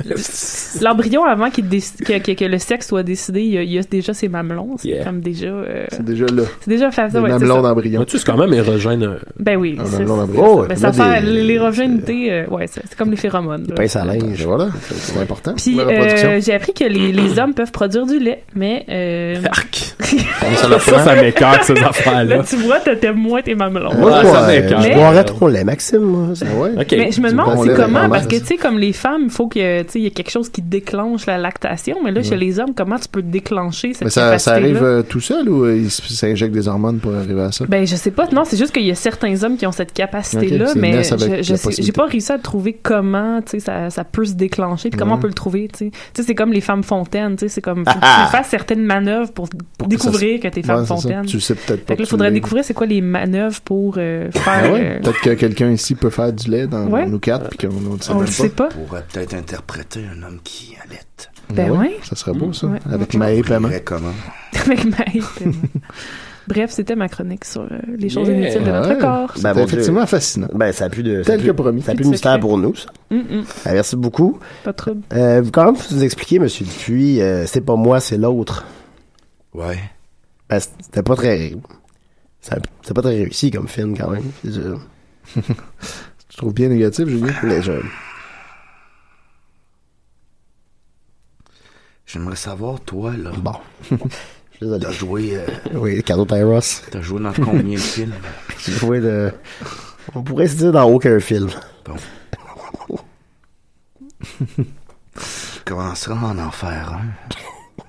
Speaker 5: l'embryon, avant qu'il déc- que, que, que le sexe soit décidé, il y a, il y a déjà ses mamelons. C'est
Speaker 1: Yeah.
Speaker 5: comme déjà. euh,
Speaker 6: C'est déjà là.
Speaker 5: c'est déjà fait ça, ouais, c'est ça.
Speaker 1: Mais Tu sais, c'est quand même érogène. euh,
Speaker 5: Ben oui.
Speaker 1: Un
Speaker 5: c'est-
Speaker 1: mamelon d'embryon.
Speaker 5: c'est-
Speaker 1: Oh, ouais,
Speaker 5: ben,
Speaker 1: puis
Speaker 5: ça
Speaker 1: là,
Speaker 5: fait
Speaker 1: des-
Speaker 5: l'érogénité. euh, ouais, c'est c'est comme les phéromones. là.
Speaker 4: à linge.
Speaker 6: Voilà, c'est important.
Speaker 5: Puis
Speaker 6: la
Speaker 5: euh,
Speaker 6: reproduction.
Speaker 5: j'ai appris que les, les hommes peuvent produire du lait, mais. Euh...
Speaker 1: Ça, ça, m'écarte, ces affaires-là.
Speaker 5: Là, tu vois, t'aimes moins tes mamelons.
Speaker 4: Moi, je
Speaker 1: Ah, ça
Speaker 4: bois- euh,
Speaker 1: m'écarte.
Speaker 4: je
Speaker 1: Mais-
Speaker 4: boirais trop le lait, Maxime. hein, moi.
Speaker 5: Mais je me demande c'est comment, parce que tu sais, comme les femmes, il faut que tu sais, il y a quelque chose qui déclenche la lactation, mais là
Speaker 6: Ouais.
Speaker 5: chez les hommes, comment tu peux déclencher cette
Speaker 6: Mais ça, ça
Speaker 5: capacité-là?
Speaker 6: arrive euh, tout seul ou euh, ils s'injectent des hormones pour arriver à ça?
Speaker 5: Ben je sais pas, non, c'est juste qu'il y a certains hommes qui ont cette capacité-là,
Speaker 6: Ok, c'est
Speaker 5: mais
Speaker 6: naissent avec
Speaker 5: je,
Speaker 6: la
Speaker 5: je sais- j'ai
Speaker 6: possibilité.
Speaker 5: pas réussi à trouver comment tu sais ça, ça peut se déclencher, puis comment
Speaker 6: Ouais.
Speaker 5: on peut le trouver, tu sais. Tu sais, c'est comme les femmes fontaines, tu sais, c'est comme faut que
Speaker 6: Ah, ah.
Speaker 5: tu fasses certaines manœuvres pour,
Speaker 6: Pour que ça se-
Speaker 5: découvrir que, t'es
Speaker 6: Ouais,
Speaker 5: femme
Speaker 6: c'est ça.
Speaker 5: fontaine.
Speaker 6: Tu sais peut-être pas
Speaker 5: Fait que là,
Speaker 6: que tu
Speaker 5: faudrait
Speaker 6: l'es.
Speaker 5: découvrir c'est quoi les manœuvres pour euh,
Speaker 6: Ah
Speaker 5: faire
Speaker 6: ouais?
Speaker 5: euh,
Speaker 6: Peut-être que quelqu'un ici peut faire du lait dans
Speaker 5: Ouais. Oh,
Speaker 6: nous quatre puis qu'on on ne sait
Speaker 5: On
Speaker 6: même
Speaker 5: le sait pas.
Speaker 7: pourrait euh, peut-être interpréter un homme qui allait.
Speaker 5: Ben
Speaker 6: Ah
Speaker 5: ouais.
Speaker 6: Ça serait beau, ça.
Speaker 5: Ouais.
Speaker 6: Avec Maë Paiement.
Speaker 7: comment?
Speaker 5: avec Maï, tellement. Bref, c'était ma chronique sur euh, les choses
Speaker 4: Yeah.
Speaker 5: inutiles de notre
Speaker 4: Ouais.
Speaker 5: corps.
Speaker 4: Ben, mon Dieu.
Speaker 6: effectivement fascinant.
Speaker 4: Ben, ça a plus de.
Speaker 6: Tel
Speaker 4: ça a plus-
Speaker 6: que promis.
Speaker 4: Ça a plus de mystère pour nous, ça.
Speaker 5: Mm-mm.
Speaker 4: Ben, merci beaucoup.
Speaker 5: Mm, Pas de trouble.
Speaker 4: Euh, vous- quand même, vous nous expliquer, M. Dupuis, euh, c'est pas moi, c'est l'autre.
Speaker 7: Ouais.
Speaker 4: Ben, c'était pas très. ça- C'est pas très réussi comme film, quand même. C'est sûr.
Speaker 6: Tu trouves bien négatif, Julien?
Speaker 4: Mais je-
Speaker 7: J'aimerais savoir, toi, là.
Speaker 4: Bon. T'as
Speaker 7: joué. euh,
Speaker 4: Oui, Cardo Tyros.
Speaker 7: T'as joué dans combien de films?
Speaker 4: J'ai joué de. On pourrait se dire dans aucun film.
Speaker 7: Bon. Tu commenceras à en en faire un.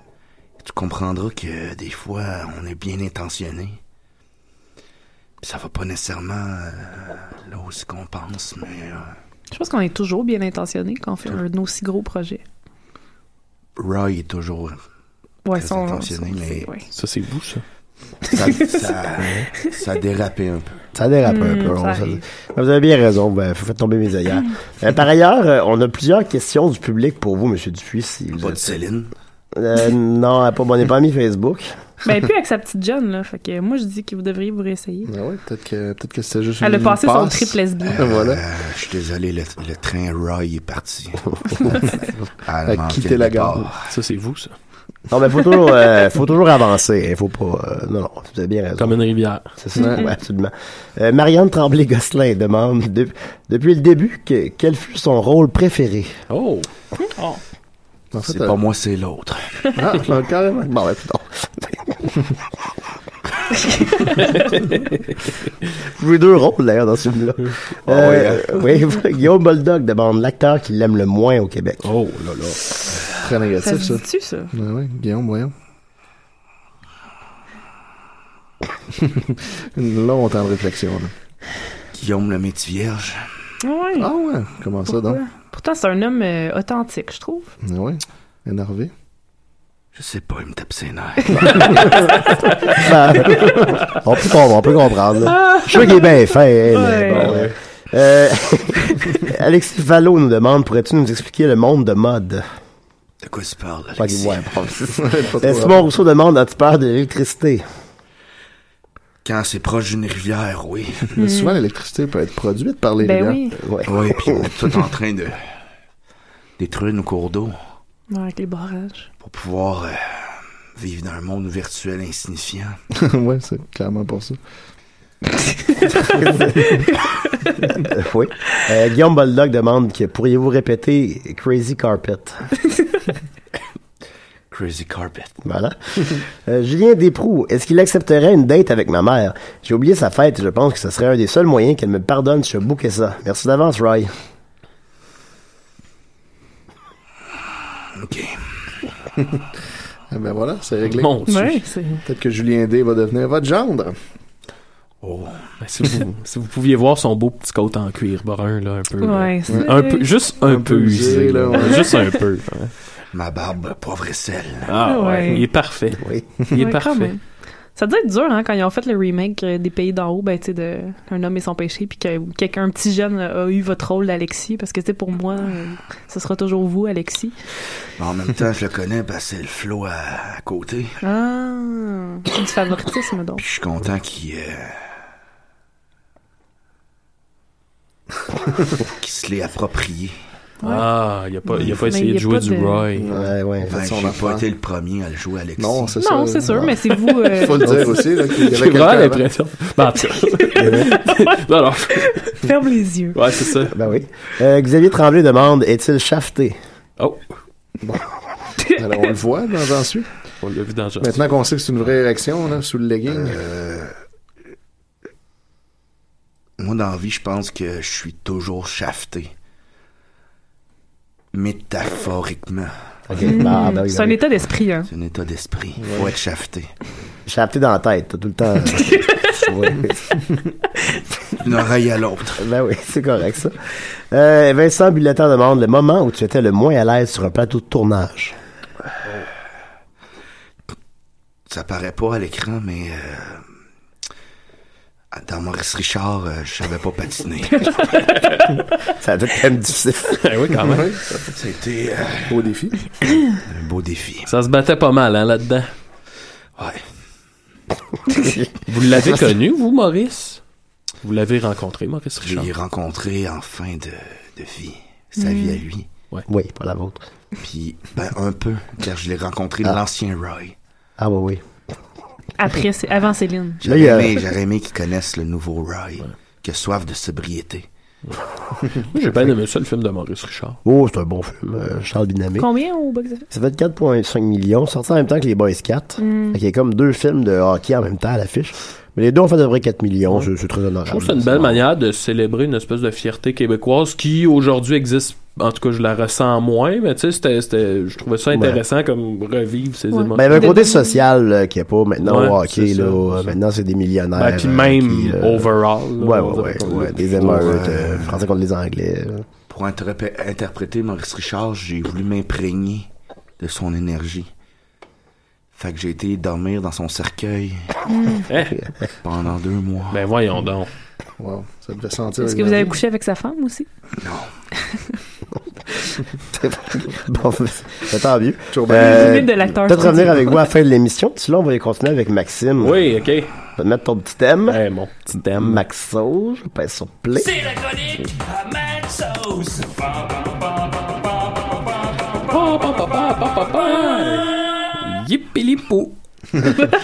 Speaker 7: Tu comprendras que des fois, on est bien intentionné. Puis ça va pas nécessairement euh, là où ce qu'on pense, mais euh,
Speaker 5: Je pense qu'on est toujours bien intentionné quand on fait un aussi gros projet.
Speaker 7: Roy est toujours
Speaker 5: Ouais,
Speaker 7: très
Speaker 5: ça, on-
Speaker 7: intentionné,
Speaker 5: ça, on
Speaker 7: mais
Speaker 5: sait, ouais.
Speaker 1: Ça, c'est vous, ça.
Speaker 7: ça, ça, ça a dérapé un peu.
Speaker 4: Ça dérape un
Speaker 7: Mm,
Speaker 4: peu.
Speaker 7: ça
Speaker 4: on-
Speaker 7: arrive.
Speaker 4: Ben, vous avez bien raison. Ben, vous faites tomber mes ailleurs. par ailleurs, euh, on a plusieurs questions du public pour vous, M. Dupuis. Si vous
Speaker 7: Pas de Céline.
Speaker 4: Euh, non, pas, on n'est pas mis Facebook.
Speaker 5: Ben, plus avec sa petite John, là. Fait que moi, je dis que vous devriez vous réessayer.
Speaker 6: Ah ouais, peut-être que, peut que c'était juste
Speaker 5: Elle a
Speaker 6: une
Speaker 5: passé son
Speaker 6: passe.
Speaker 5: triple lesbien.
Speaker 6: Ah, voilà.
Speaker 7: Euh, je suis désolé, le, le train Roy est parti. Elle
Speaker 4: Elle a
Speaker 7: manquait
Speaker 4: quitté
Speaker 7: le
Speaker 4: la
Speaker 7: départ.
Speaker 1: Ça, c'est vous, ça.
Speaker 4: Non, mais faut toujours, euh, faut toujours avancer. Il faut pas. euh, non, non, vous avez bien raison. Comme
Speaker 1: une rivière.
Speaker 4: C'est ça, ouais, absolument. Euh, Marianne Tremblay-Gosselin demande de- depuis le début que- quel fut son rôle préféré.
Speaker 1: Oh.
Speaker 7: C'est pas moi, c'est l'autre.
Speaker 6: euh, Ah, non, carrément.
Speaker 4: Bon, ben, non. Vous avez deux rôles, d'ailleurs, dans ce film-là. Euh,
Speaker 7: Ah hein.
Speaker 4: oui, Guillaume Boldoc demande l'acteur qui l'aime le moins au Québec.
Speaker 1: Oh là là.
Speaker 6: Très négatif,
Speaker 5: Ça se
Speaker 6: ça.
Speaker 5: dit-tu, ça?
Speaker 6: Ouais, ouais. Guillaume, voyons. Longtemps de réflexion. là.
Speaker 7: Guillaume le métier vierge.
Speaker 5: Ah ouais.
Speaker 6: Hmm. Comment ça,
Speaker 5: Pourquoi?
Speaker 6: donc?
Speaker 5: Pourtant, c'est un homme euh, authentique, je trouve.
Speaker 6: Ouais. Énervé.
Speaker 7: Je sais pas, il me tape ses nerfs.
Speaker 4: Ben, on, peut, comprendre, on peut comprendre. là. Je sais qu'il est bien fin. hein, mais
Speaker 7: Ouais.
Speaker 4: bon,
Speaker 7: Ouais.
Speaker 4: euh, Alexis Valo nous demande pourrais-tu nous expliquer le monde de mode
Speaker 7: De quoi tu parles,
Speaker 4: Fait que,
Speaker 7: Alexis?
Speaker 4: ouais, bon, Euh, Simon Rousseau demande as-tu peur de l'électricité
Speaker 7: Quand c'est proche d'une rivière, oui.
Speaker 6: Mais souvent, l'électricité peut être produite par les
Speaker 7: Ben
Speaker 6: rivières.
Speaker 4: Euh,
Speaker 7: Oui, puis on est tout en train de détruire nos cours d'eau
Speaker 5: Ouais, avec les barrages.
Speaker 7: pour pouvoir euh, vivre dans un monde virtuel insignifiant.
Speaker 6: Ouais, c'est clairement pour ça.
Speaker 4: Euh, Oui. Euh, Guillaume Boldock demande que pourriez-vous répéter Crazy Carpet
Speaker 7: Crazy Carpet.
Speaker 4: Voilà. Euh, Julien Desproux, est-ce qu'il accepterait une date avec ma mère J'ai oublié sa fête et je pense que ce serait un des seuls moyens qu'elle me pardonne si je bouquais ça. Merci d'avance, Roy.
Speaker 7: OK.
Speaker 6: Ah ben voilà, c'est réglé.
Speaker 1: Mon Dieu. Ouais,
Speaker 6: Peut-être que Julien D va devenir votre gendre.
Speaker 7: Oh.
Speaker 1: Ben, si, vous, si vous pouviez voir son beau petit coat en cuir brun, là, un peu. là.
Speaker 7: Ouais, c'est-
Speaker 1: un peu juste un, peu usé. là,
Speaker 7: ouais.
Speaker 1: Juste un peu. ouais.
Speaker 7: Ma barbe, poivre et sel.
Speaker 1: Ah ouais.
Speaker 5: Ouais.
Speaker 1: il est parfait. Il est
Speaker 5: Ouais, quand
Speaker 1: parfait.
Speaker 5: même. Ça doit être dur, hein, quand ils ont fait le remake euh, des Pays d'en haut, ben, tu sais, de Un homme et son péché, puis que quelqu'un, un petit jeune, a eu votre rôle d'Alexis, parce que, tu sais, pour moi, euh, ce sera toujours vous, Alexis.
Speaker 7: Mais en même temps, je le connais parce que c'est le flow à, à côté.
Speaker 5: Ah, c'est du favoritisme, donc.
Speaker 7: Puis je suis content qu'il euh, qu'il se l'ait approprié.
Speaker 5: Ouais.
Speaker 1: Ah, il a pas, il a pas
Speaker 5: Mais
Speaker 1: essayé
Speaker 5: il y
Speaker 1: de
Speaker 5: a
Speaker 1: jouer
Speaker 5: pas
Speaker 1: du
Speaker 5: de-
Speaker 1: Roy.
Speaker 4: Ouais, Euh, ouais.
Speaker 7: Ben,
Speaker 6: son
Speaker 7: j'ai
Speaker 6: enfant.
Speaker 7: pas été le premier à le jouer, Alexis.
Speaker 6: Non, c'est
Speaker 5: Non,
Speaker 6: ça.
Speaker 5: c'est sûr, mais c'est vous. euh,
Speaker 6: Faut le dire aussi, là, qu'il y avait
Speaker 1: J'ai
Speaker 6: quelqu'un
Speaker 1: vraiment
Speaker 6: avant.
Speaker 1: l'impression. Ben, en tout cas. Non, non.
Speaker 5: Ferme les yeux.
Speaker 1: Ouais, c'est ça.
Speaker 4: Ben oui. Euh, Xavier Tremblay demande est-il shafté
Speaker 1: Oh,
Speaker 6: Alors, on le voit dans J'en suis.
Speaker 1: on l'a vu dans le genre.
Speaker 6: Maintenant qu'on sait que c'est une vraie érection, là, sous le legging. euh,
Speaker 7: Moi, dans la vie, je pense que je suis toujours shafté. Métaphoriquement.
Speaker 4: Ok, bah, ben oui,
Speaker 5: Mm. c'est
Speaker 4: ben
Speaker 5: un
Speaker 4: oui.
Speaker 5: état d'esprit, hein.
Speaker 7: C'est un état d'esprit. Faut être shafté.
Speaker 4: Shafté dans la tête, t'as tout le temps. euh, Ouais.
Speaker 7: D'une oreille à l'autre.
Speaker 4: Ben oui, c'est correct ça. Euh, Vincent Bulletin demande le moment où tu étais le moins à l'aise sur un plateau de tournage.
Speaker 7: Ça paraît pas à l'écran, mais euh, dans Maurice Richard, euh, je savais pas patiner.
Speaker 4: Ça doit être quand même difficile.
Speaker 1: Ben oui, quand même.
Speaker 7: C'était euh,
Speaker 6: Beau défi.
Speaker 7: un beau défi.
Speaker 1: Ça se battait pas mal, hein, là-dedans.
Speaker 7: Ouais.
Speaker 1: Vous l'avez connu, vous, Maurice? Vous l'avez rencontré, Maurice
Speaker 7: Je
Speaker 1: Richard?
Speaker 7: l'ai rencontré en fin de, de vie. Sa
Speaker 4: Mm.
Speaker 7: vie à lui.
Speaker 4: Oui, pas la vôtre.
Speaker 7: Puis, ben, un peu, car je l'ai rencontré l'ancien Roy.
Speaker 4: Ah oui, oui.
Speaker 5: Après, c'est avant Céline.
Speaker 7: J'aurais
Speaker 4: il y a-
Speaker 7: aimé, j'aurais aimé qu'ils connaissent le nouveau Roy, que soif de sobriété.
Speaker 1: Moi, j'ai bien aimé ça, le film de Maurice Richard.
Speaker 4: Oh, c'est un bon film, euh, Charles Binamé.
Speaker 5: Combien au box-office?
Speaker 4: Ça fait 4,5 millions, sorti en même temps que les Boys 4.
Speaker 1: Mm.
Speaker 4: Il y a comme deux films de hockey en même temps à l'affiche. Mais les deux ont fait à peu près 4 millions, c'est- c'est très honorable.
Speaker 1: Je trouve que c'est une belle manière de célébrer une espèce de fierté québécoise qui aujourd'hui existe. En tout cas, je la ressens moins, mais tu sais, c'était, c'était- je trouvais ça intéressant comme revivre ces
Speaker 5: Ouais.
Speaker 1: émotions.
Speaker 4: Ben, il y avait un côté social là, qu'il n'y a pas maintenant
Speaker 1: Ouais,
Speaker 4: au hockey.
Speaker 1: c'est ça,
Speaker 4: là, euh,
Speaker 1: c'est ça.
Speaker 4: maintenant, c'est des millionnaires.
Speaker 1: Ben, puis
Speaker 4: euh,
Speaker 1: même
Speaker 4: qui, euh,
Speaker 1: overall. là,
Speaker 4: Ouais,
Speaker 1: on
Speaker 4: ouais,
Speaker 1: dirait
Speaker 4: ouais,
Speaker 1: qu'on-
Speaker 4: ouais, Des émeutes, euh, français contre les anglais. euh.
Speaker 7: Pour interpré- interpréter Maurice Richard, j'ai voulu m'imprégner de son énergie. Fait que j'ai été dormir dans son cercueil
Speaker 1: Hein?
Speaker 7: pendant deux mois.
Speaker 1: Ben voyons donc.
Speaker 6: Wow, ça devait sentir.
Speaker 5: Est-ce que vous avez couché avec sa femme aussi?
Speaker 4: bon, c'est tant mieux.
Speaker 6: Toujours bien.
Speaker 4: Euh,
Speaker 5: Limite de l'acteur.
Speaker 4: Peut-être revenir avec vous à la fin de l'émission. Sinon, on va y continuer avec Maxime.
Speaker 1: Oui, ok.
Speaker 4: On va te mettre ton petit thème.
Speaker 1: Ben, mon petit thème.
Speaker 4: Maxo, je pèse sur play.
Speaker 1: Pa, pa, pa, pa, pa, pa, pa. Yippilipou.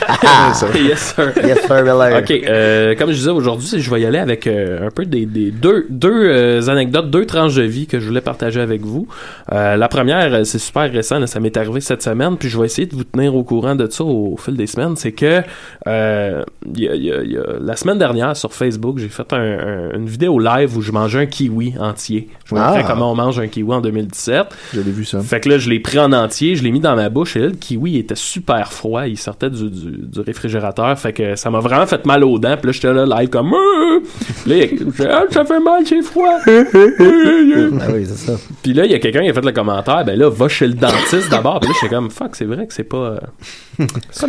Speaker 4: Ah,
Speaker 1: yes, sir.
Speaker 4: Yes, sir, Miller.
Speaker 1: Ok, euh, comme je disais aujourd'hui, je vais y aller avec euh, un peu des, des- deux, deux euh, anecdotes, deux tranches de vie que je voulais partager avec vous. Euh, la première, euh, c'est super récent, là, ça m'est arrivé cette semaine, puis je vais essayer de vous tenir au courant de ça au, fil des semaines. C'est que euh, il y a- il y a- il y a- la semaine dernière sur Facebook, j'ai fait un- un- une vidéo live où je mangeais un kiwi entier. Je vous montrais
Speaker 4: Ah.
Speaker 1: comment on mange un kiwi en 2017.
Speaker 6: J'avais vu ça.
Speaker 1: Fait que là, je l'ai pris en entier, je l'ai mis dans ma bouche et là, le kiwi était super froid, il sortait sortait du, du, du réfrigérateur. Fait que ça m'a vraiment fait mal aux dents. Puis là, j'étais là, live comme. Euh! Puis là, il- j'ai- Ah, ça fait mal, j'ai froid.
Speaker 4: Ah oui, c'est ça.
Speaker 1: Puis là, il y a quelqu'un qui a fait le commentaire, ben là, va chez le dentiste d'abord. Puis là, j'étais comme, fuck, c'est vrai que c'est pas. euh,
Speaker 5: C'est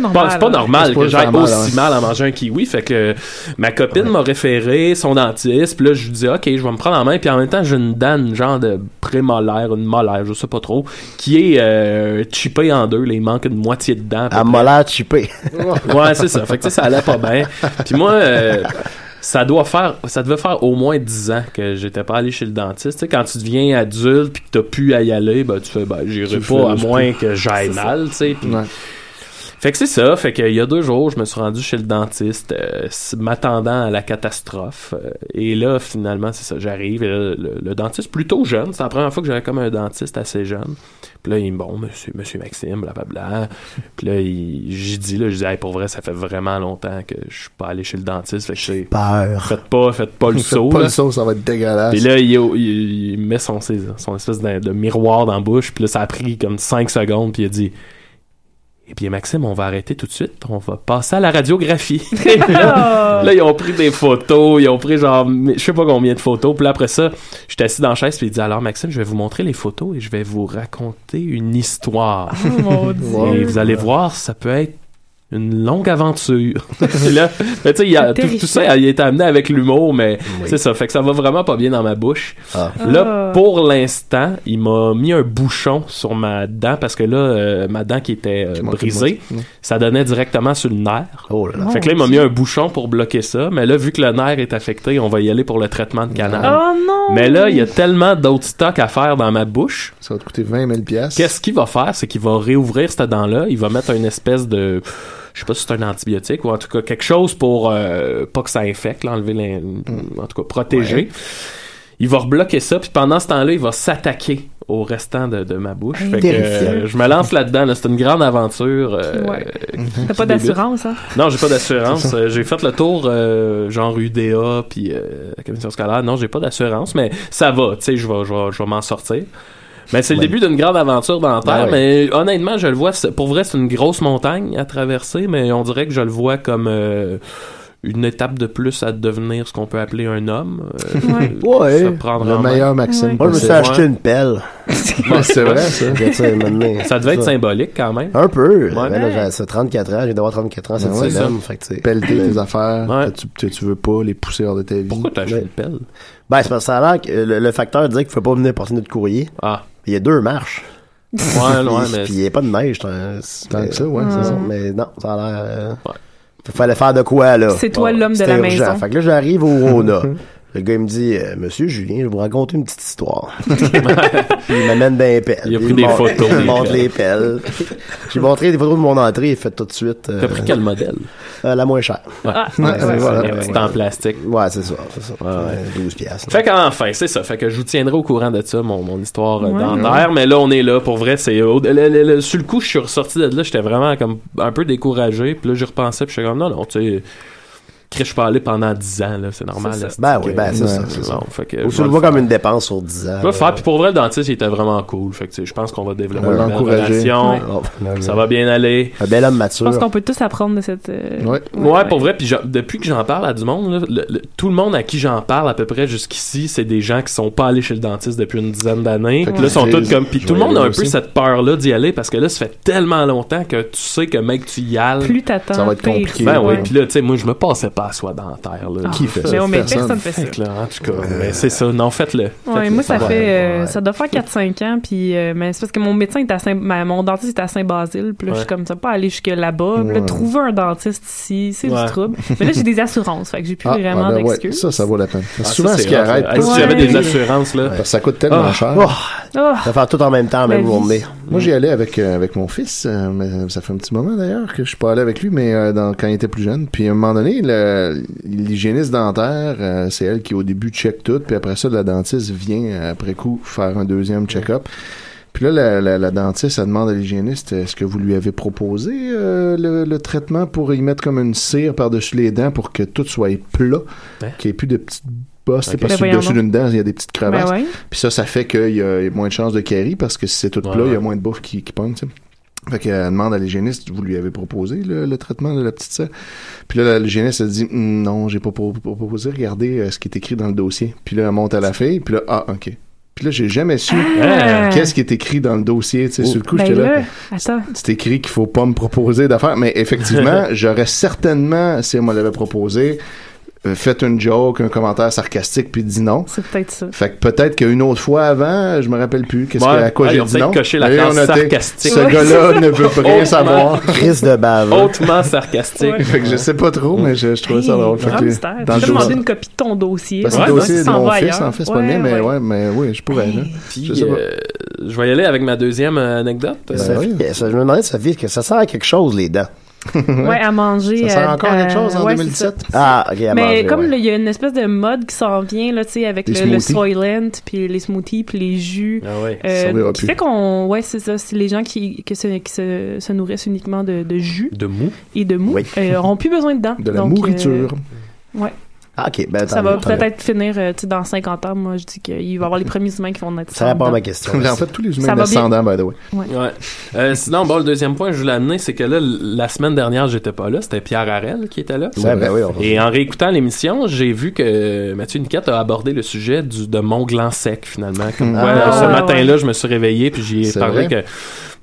Speaker 1: pas-
Speaker 5: pas normal. hein.
Speaker 1: c'est pas normal
Speaker 6: C'est pas
Speaker 1: que j'aille
Speaker 6: normal, hein.
Speaker 1: aussi
Speaker 6: ouais.
Speaker 1: mal à manger un kiwi. Fait que euh, ma copine m'a référé son dentiste. Puis là, je lui dis, OK, je vais me prendre en main. Puis en même temps, j'ai une dame, genre de prémolaire, une molaire, je sais pas trop, qui est euh, chippée en deux. Là, il manque une moitié de dent. à peu
Speaker 4: À molaire chippé.
Speaker 1: ouais, c'est ça. Fait que tu sais, ça allait pas bien. Puis moi, euh, ça doit faire, ça devait faire au moins 10 ans que j'étais pas allé chez le dentiste. Tu sais, quand tu deviens adulte puis que t'as pu à y aller, ben tu fais, ben j'irai
Speaker 6: Tu fais,
Speaker 1: pas à
Speaker 6: je peux.
Speaker 1: moins que j'aille mal, tu sais. Puis
Speaker 6: Ouais.
Speaker 1: fait que c'est ça. Fait que, il y a deux jours, je me suis rendu chez le dentiste, euh, s- m'attendant à la catastrophe. Euh, et là, finalement, c'est ça. J'arrive. et là, le, le dentiste, plutôt jeune. C'est la première fois que j'avais comme un dentiste assez jeune. Puis là, il me bon, monsieur, monsieur Maxime, blablabla. Puis là, il- j'ai dit, là, je dis, Hey, pour vrai, ça fait vraiment longtemps que je suis pas allé chez le dentiste. Fait que c'est-
Speaker 4: Peur.
Speaker 1: faites pas, faites pas le saut.
Speaker 6: Pas
Speaker 1: là.
Speaker 6: le saut, ça va être dégueulasse.
Speaker 1: Puis là, il, il- il met son, ses- son espèce de, de miroir dans la bouche, puis là, ça a pris comme 5 secondes, puis il a dit Eh bien, Maxime, on va arrêter tout de suite, on va passer à la radiographie. Puis là, là, ils ont pris des photos, ils ont pris genre, je sais pas combien de photos, puis là, après ça, j'étais assis dans la chaise, puis il dit Alors, Maxime, je vais vous montrer les photos et je vais vous raconter une histoire.
Speaker 5: Oh mon dieu.
Speaker 1: Et vous allez voir, ça peut être une longue aventure. Puis là, ben, tu sais, il y a- tout,
Speaker 5: terrifiant.
Speaker 1: tout ça, il est amené avec l'humour, mais c'est ça, fait que ça va vraiment pas bien dans ma bouche.
Speaker 4: Ah.
Speaker 1: Là,
Speaker 5: Ah.
Speaker 1: pour l'instant, il m'a mis un bouchon sur ma dent parce que là, euh, ma dent qui était euh,
Speaker 6: Qui manque de
Speaker 1: brisée,
Speaker 6: moitié.
Speaker 1: ça donnait directement sur le nerf.
Speaker 4: Oh là là.
Speaker 1: fait que là, il m'a mis un bouchon pour bloquer ça, mais là, vu que le nerf est affecté, on va y aller pour le traitement de canal.
Speaker 5: Oh non.
Speaker 1: Mais là, il y a tellement d'autres stocks à faire dans ma bouche
Speaker 6: Ça va te coûter 20 000 piastres.
Speaker 1: Qu'est-ce qu'il va faire, c'est qu'il va réouvrir cette dent-là, il va mettre une espèce de je sais pas si c'est un antibiotique ou en tout cas quelque chose pour euh, pas que ça infecte, l'enlever en tout cas protéger. Il va rebloquer ça puis pendant ce temps-là, il va s'attaquer au restant de, de ma bouche. Fait que, euh, je me lance là-dedans, là. c'est une grande aventure. euh,
Speaker 5: Ouais.
Speaker 1: qui- qui
Speaker 5: T'as pas
Speaker 1: débute.
Speaker 5: d'assurance, hein?
Speaker 1: Non, j'ai pas d'assurance. Euh, J'ai fait le tour euh, genre UDA puis euh, la commission scolaire. Non, j'ai pas d'assurance, mais ça va. Tu sais, je vais, je vais, je vais m'en sortir. Mais c'est le début d'une grande aventure dentaire.
Speaker 4: Ben
Speaker 1: Mais honnêtement, je le vois. c'est- Pour vrai, c'est une grosse montagne à traverser, mais on dirait que je le vois comme euh, une étape de plus à devenir ce qu'on peut appeler un homme. Euh,
Speaker 5: Ouais.
Speaker 4: Ouais.
Speaker 1: se prendre
Speaker 6: Le
Speaker 1: en main.
Speaker 6: meilleur Maxime.
Speaker 5: Ouais.
Speaker 4: Moi, je me suis
Speaker 1: Ouais.
Speaker 4: acheté une pelle.
Speaker 6: Ouais, c'est vrai, ça.
Speaker 4: Je vais te m'amener.
Speaker 1: Ça devait être symbolique quand même.
Speaker 4: Un peu.
Speaker 1: Ouais.
Speaker 4: Ben là, j'ai ça, 34 ans, j'ai d'avoir 34 ans cette
Speaker 6: Ben ouais,
Speaker 4: semaine. Fait que, tu sais.
Speaker 6: Pelleter tes affaires
Speaker 1: Ouais.
Speaker 6: que tu, que tu veux pas, les pousser hors de ta vie.
Speaker 1: Pourquoi t'as acheté
Speaker 4: Ouais.
Speaker 1: une pelle
Speaker 4: Ben, c'est parce que ça a l'air que euh, le, le facteur disait qu'il faut pas venir porter notre courrier.
Speaker 1: Ah,
Speaker 4: Il y a deux marches.
Speaker 1: ouais, ouais, mais
Speaker 4: Puis il n'y a pas de neige. tant- c'est-
Speaker 6: Tant que ça, ouais, Euh, c'est Ah. ça.
Speaker 4: Mais non, ça a l'air. euh,
Speaker 1: Ouais.
Speaker 4: f- Fallait faire de quoi, là?
Speaker 5: C'est
Speaker 6: Ah,
Speaker 5: toi l'homme de
Speaker 4: C'était
Speaker 5: la
Speaker 4: urgent.
Speaker 5: maison.
Speaker 4: Fait que là, j'arrive au Rona. Le gars, il me dit, euh, Monsieur Julien, je vais vous raconter une petite histoire. Puis il m'amène dans les pelles.
Speaker 1: Il a pris
Speaker 4: me
Speaker 1: des
Speaker 4: montre-
Speaker 1: photos
Speaker 4: Il me
Speaker 1: des
Speaker 4: montre
Speaker 1: pelles.
Speaker 4: les pelles. J'ai montré des photos de mon entrée et fait tout de suite euh,
Speaker 1: t'as pris quel modèle
Speaker 4: euh, la moins chère.
Speaker 5: Ah,
Speaker 4: Ouais,
Speaker 5: ouais,
Speaker 4: voilà.
Speaker 1: La petite en plastique.
Speaker 4: Ouais, c'est ça. C'est ça. Euh, 12 piastres.
Speaker 1: Fait qu'enfin, c'est ça. Fait que je vous tiendrai au courant de ça, mon, mon histoire euh,
Speaker 5: Ouais.
Speaker 1: dentaire. Mais là, on est là. Pour vrai, c'est. au- le- le- le- sur le coup, je suis ressorti de là. J'étais vraiment comme un peu découragé. Puis là, j'y repensais. Puis j'étais comme, non, non, tu sais. Chris, je suis pas allé pendant 10 ans, là. C'est normal.
Speaker 5: C'est ça.
Speaker 1: là,
Speaker 4: Ben
Speaker 1: que-
Speaker 4: oui, ben c'est
Speaker 1: Ouais,
Speaker 4: ça, c'est ça.
Speaker 1: bon, fait que
Speaker 4: Ou
Speaker 1: je
Speaker 4: tu
Speaker 1: vais
Speaker 4: le
Speaker 1: le
Speaker 4: vois
Speaker 1: faire.
Speaker 4: comme une dépense sur 10 ans.
Speaker 1: Je vais le faire. Puis pour vrai, le dentiste, il était vraiment cool. Fait que, tu sais, je pense qu'on va développer
Speaker 6: On va
Speaker 1: une belle
Speaker 6: l'encourager.
Speaker 1: relation.
Speaker 4: Oh, non,
Speaker 1: Ça
Speaker 4: non.
Speaker 1: va bien aller.
Speaker 4: Un bel homme
Speaker 5: Je
Speaker 4: mature.
Speaker 5: pense qu'on peut tous apprendre de cette. euh,
Speaker 6: Ouais.
Speaker 1: Ouais, pour vrai. Puis j'en- depuis que j'en parle à du monde, là, le- le- tout le monde à qui j'en parle à peu près jusqu'ici, c'est des gens qui sont pas allés chez le dentiste depuis une dizaine d'années.
Speaker 6: Fait que
Speaker 1: Là, sont
Speaker 6: c'est-
Speaker 1: tous comme. Puis
Speaker 6: je
Speaker 1: tout le
Speaker 6: vais y
Speaker 1: monde a un
Speaker 6: aller
Speaker 1: peu
Speaker 6: aussi.
Speaker 1: cette peur-là d'y aller parce que là, ça fait tellement longtemps que tu sais que mec, tu y alles.
Speaker 5: Plus t'attends.
Speaker 6: Ça va être
Speaker 5: pire.
Speaker 6: compliqué,
Speaker 1: ben oui,
Speaker 5: Ouais.
Speaker 1: puis là, tu sais, moi, je me passais pas à soie dentaire. Là.
Speaker 5: Ah,
Speaker 6: Qui fait ça? Euh,
Speaker 5: Mais, oh, mais
Speaker 6: Personne.
Speaker 5: personne fait ça.
Speaker 1: Fait que là, en tout cas, mais c'est ça. Non, faites-le. Ah,
Speaker 5: Ouais, moi, ça
Speaker 4: Ouais,
Speaker 5: fait. euh,
Speaker 4: ouais.
Speaker 5: Ça doit faire 4-5 ans. Puis, euh, mais c'est parce que mon médecin est à Saint. ma- mon dentiste est à Saint-Basile. Puis là, je suis
Speaker 1: Ouais.
Speaker 5: comme ça, pas aller jusque là-bas. Puis là,
Speaker 6: Ouais.
Speaker 5: trouver un dentiste ici, c'est
Speaker 1: Ouais.
Speaker 5: du trouble. Mais là, j'ai des assurances. Fait que j'ai plus
Speaker 6: Ah,
Speaker 5: vraiment
Speaker 6: ah ben ouais,
Speaker 5: d'excuses.
Speaker 6: Ça, ça vaut la peine.
Speaker 1: Ah, ça,
Speaker 6: souvent,
Speaker 1: c'est
Speaker 6: ce qui
Speaker 1: rough,
Speaker 6: arrête,
Speaker 1: là. Hey, Si
Speaker 5: Ouais.
Speaker 1: j'avais des assurances, là.
Speaker 6: parce que ça coûte tellement
Speaker 1: Ah.
Speaker 6: cher.
Speaker 4: Oh,
Speaker 5: Ah!
Speaker 4: ça va faire tout en même temps, en
Speaker 5: La
Speaker 4: même
Speaker 5: vie.
Speaker 4: journée.
Speaker 6: Moi, j'y allais avec, euh, avec mon fils. euh, mais ça fait un petit moment d'ailleurs que je suis pas allé avec lui, mais euh, dans- quand il était plus jeune. Puis à un moment donné, le- l'hygiéniste dentaire, euh, c'est elle qui au début check tout, puis après ça, la dentiste vient euh, après coup faire un deuxième check-up. Puis là, la, la- la dentiste, elle demande à l'hygiéniste euh, Est-ce que vous lui avez proposé euh, le, le traitement pour y mettre comme une cire par-dessus les dents pour que tout soit plat,
Speaker 1: Hein?
Speaker 6: qu'il n'y ait plus de petites bosses
Speaker 1: Ok.
Speaker 6: parce que
Speaker 5: Ben voyons
Speaker 6: dessus
Speaker 5: donc.
Speaker 6: d'une dent, il y a des petites crevasses.
Speaker 5: Ben ouais.
Speaker 6: Puis ça, ça fait qu'il y a moins de chances de carry parce que si c'est tout
Speaker 1: Ouais,
Speaker 6: plat, il y a
Speaker 1: ouais.
Speaker 6: moins de bouffe qui, qui pogne, tu sais. Fait qu'elle demande à l'hygiéniste, vous lui avez proposé le, le traitement de la petite sœur. Puis là, la- l'hygiéniste, elle dit, Hum, non, j'ai pas pro- pro- proposé, regardez euh, ce qui est écrit dans le dossier. Puis là, elle monte à la fille, puis là, ah, OK. Puis là, j'ai jamais su
Speaker 1: Hein?
Speaker 5: Ah!
Speaker 6: qu'est-ce qui est écrit dans le dossier,
Speaker 1: Oh.
Speaker 6: tu sais, sur le coup,
Speaker 5: ben
Speaker 6: j'étais là.
Speaker 5: là, attends.
Speaker 6: C'est écrit qu'il faut pas me proposer d'affaires, mais effectivement, j'aurais certainement, si elle me l'avait proposé, euh, fait une joke, un commentaire sarcastique, puis dit non.
Speaker 5: C'est peut-être ça.
Speaker 6: Fait que peut-être qu'une autre fois avant, je me rappelle plus qu'est-ce
Speaker 1: Ouais.
Speaker 6: que, à quoi
Speaker 1: Ah, ils
Speaker 6: j'ai
Speaker 1: ont
Speaker 6: dit
Speaker 1: peut-être
Speaker 6: non.
Speaker 1: coché la
Speaker 6: Mais
Speaker 1: case
Speaker 6: on a noté,
Speaker 1: sarcastique. Oh,
Speaker 6: Ce
Speaker 1: Ouais, c'est
Speaker 6: gars-là ne veut
Speaker 1: ça.
Speaker 6: rien
Speaker 1: Hautement-
Speaker 6: savoir.
Speaker 1: Chris
Speaker 4: de bave.
Speaker 1: Hautement sarcastique.
Speaker 6: Fait que je sais pas trop, mais je, je trouvais ça drôle. Fait
Speaker 5: Grand
Speaker 6: que,
Speaker 5: mystère. Tu
Speaker 6: dans le
Speaker 5: peux
Speaker 6: jour-
Speaker 5: demander une copie de ton dossier.
Speaker 6: Parce que
Speaker 5: Ouais,
Speaker 6: le
Speaker 5: donc,
Speaker 6: dossier
Speaker 5: tu
Speaker 6: est de
Speaker 5: t'en
Speaker 6: mon
Speaker 5: vas
Speaker 6: fils,
Speaker 5: ailleurs.
Speaker 6: en fait, c'est pas le
Speaker 5: Ouais,
Speaker 6: mien, mais
Speaker 5: ouais.
Speaker 6: ouais, mais oui, je pourrais, là. Je sais pas. Ben
Speaker 1: Euh, je vais y aller avec ma deuxième anecdote.
Speaker 4: Ça fait- ça- je me demandais, ça fait que ça sert à quelque chose, les dents.
Speaker 5: Ouais, à manger.
Speaker 6: Ça sert
Speaker 5: à-
Speaker 6: encore à quelque chose en
Speaker 5: ouais, c'est
Speaker 6: 2017?
Speaker 5: ça.
Speaker 4: Ah, ok, à
Speaker 5: mais
Speaker 4: manger,
Speaker 5: comme
Speaker 4: ouais.
Speaker 5: là, il y a une espèce de mode qui s'en vient, là, tu sais, avec
Speaker 4: Les
Speaker 5: le, le
Speaker 4: smoothies.
Speaker 5: Soylent, puis les smoothies, puis les jus.
Speaker 1: Ah ouais,
Speaker 5: Euh,
Speaker 1: ça servira
Speaker 5: qui
Speaker 1: plus.
Speaker 5: fait qu'on. Ouais, c'est ça. C'est les gens qui, que se, qui se, se nourrissent uniquement de, de jus
Speaker 1: De mou.
Speaker 5: et de mou euh, auront plus besoin de dents.
Speaker 4: De la
Speaker 5: Donc,
Speaker 4: nourriture.
Speaker 5: euh, ouais.
Speaker 4: Ah, ok, ben,
Speaker 5: Ça
Speaker 4: tant
Speaker 5: va
Speaker 4: mieux, tant mieux.
Speaker 5: peut-être finir, euh, tu sais, dans 50 ans, moi, je dis qu'il va y avoir les premiers humains qui vont naître.
Speaker 4: Ça
Speaker 5: sans
Speaker 4: répond à
Speaker 5: dents.
Speaker 4: ma question.
Speaker 6: En fait, tous les
Speaker 5: euh, Ça
Speaker 6: humains
Speaker 5: va bien.
Speaker 6: descendants, by the way.
Speaker 5: Ouais.
Speaker 1: Euh, sinon, bon, le deuxième point que je voulais amener, c'est que là, l- la semaine dernière, j'étais pas là. C'était Pierre Harel qui était là.
Speaker 4: C'est Ouais, vrai. ben oui, on-
Speaker 1: Et en réécoutant l'émission, j'ai vu que Mathieu Niquette a abordé le sujet du, de mon gland sec, finalement. Comme
Speaker 6: Ah,
Speaker 1: quoi,
Speaker 6: ouais,
Speaker 1: ce
Speaker 6: ouais.
Speaker 1: matin-là, je me suis réveillé, puis j'y ai
Speaker 6: C'est
Speaker 1: parlé
Speaker 6: vrai.
Speaker 1: que.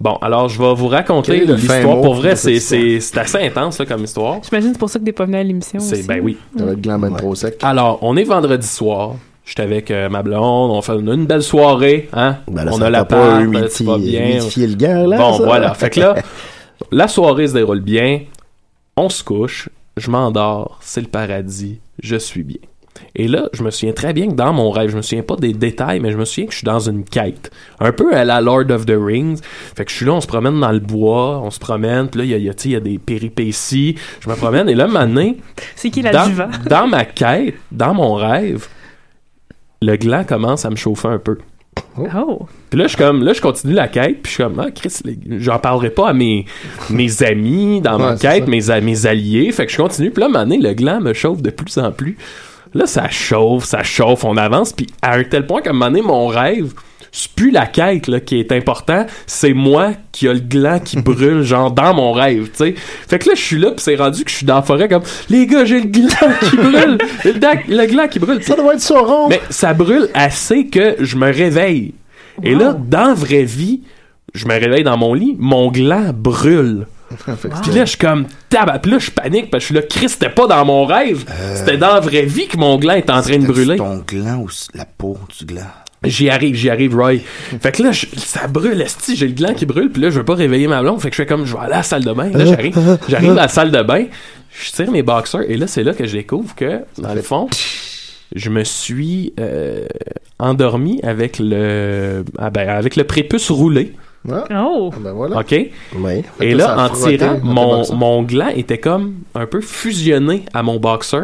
Speaker 1: Bon, alors, je vais vous raconter
Speaker 6: Quel est le fin
Speaker 1: l'histoire.
Speaker 6: mot
Speaker 1: Pour vrai,
Speaker 6: de cette
Speaker 1: c'est c'est- c'est assez intense là, comme histoire.
Speaker 5: J'imagine que c'est pour ça que t'es pas venu à l'émission.
Speaker 1: C'est
Speaker 5: aussi.
Speaker 1: ben oui.
Speaker 5: Ça va
Speaker 6: être gland ben trop sec.
Speaker 1: Alors, on est vendredi soir. J'étais avec euh, ma blonde, on fait une, une belle soirée, hein.
Speaker 4: Ben là,
Speaker 1: on
Speaker 4: ça
Speaker 1: a
Speaker 4: t'a
Speaker 1: la
Speaker 4: pas
Speaker 1: part,
Speaker 4: humidi-
Speaker 1: ça va bien.
Speaker 4: humidifié le gars, là,
Speaker 1: Bon,
Speaker 4: ça?
Speaker 1: voilà. Fait que là, la soirée se déroule bien. On se couche, je m'endors, c'est le paradis, je suis bien. Et là, je me souviens très bien que dans mon rêve, je me souviens pas des détails, mais je me souviens que je suis dans une quête. Un peu à la Lord of the Rings. Fait que je suis là, on se promène dans le bois, on se promène, puis là, il y a, il y a, tu sais, il y a des péripéties. Je me promène, et là, maintenant,
Speaker 5: C'est qui la
Speaker 1: dans,
Speaker 5: Juva?
Speaker 1: dans ma quête, dans mon rêve, le gland commence à me chauffer un peu.
Speaker 5: Oh.
Speaker 1: Puis là, je suis comme, là, je continue la quête, puis je suis comme, ah, Chris, les- j'en parlerai pas à mes, mes amis dans ma
Speaker 6: Ouais, c'est
Speaker 1: quête,
Speaker 6: ça.
Speaker 1: mes, a- mes alliés. Fait que je continue, puis là, à un moment donné, le gland me chauffe de plus en plus. Là, ça chauffe, ça chauffe, on avance, puis à un tel point qu'à un moment donné, mon rêve, c'est plus la quête là, qui est important, c'est moi qui a le gland qui brûle, genre dans mon rêve, tu sais. Fait que là, je suis là, puis c'est rendu que je suis dans la forêt comme, les gars, j'ai le gland qui brûle, le, da- le gland qui brûle. Ça
Speaker 6: doit être Sauron.
Speaker 1: Mais ça brûle assez que je me réveille. Et là, dans la vraie vie, je me réveille dans mon lit, mon gland brûle.
Speaker 5: Ah,
Speaker 6: Ah.
Speaker 1: Puis là, je suis comme tabac. Puis là, je panique parce que je suis là, Chris, c'était pas dans mon rêve. C'était dans la vraie vie que mon gland est en train de brûler.
Speaker 7: Ton gland ou s- la peau du gland?
Speaker 1: J'y arrive, j'y arrive, Roy. Fait que là, je- ça brûle, esti, j'ai le gland qui brûle, puis là, je veux pas réveiller ma blonde. Fait que je fais comme, je vais aller à la salle de bain. Là, j'arrive, j'arrive à la salle de bain, je tire mes boxers, et là, c'est là que je découvre que, dans le fond, je me suis euh, endormi avec le, ah ben, avec le prépuce roulé.
Speaker 5: Oh!
Speaker 6: ben voilà.
Speaker 1: OK?
Speaker 6: Fait que
Speaker 1: Et
Speaker 6: là, ça
Speaker 1: là,
Speaker 6: a
Speaker 1: en
Speaker 6: frotté
Speaker 1: tirant,
Speaker 6: dans tes
Speaker 1: mon,
Speaker 6: boxers.
Speaker 1: mon gland était comme un peu fusionné à mon boxer.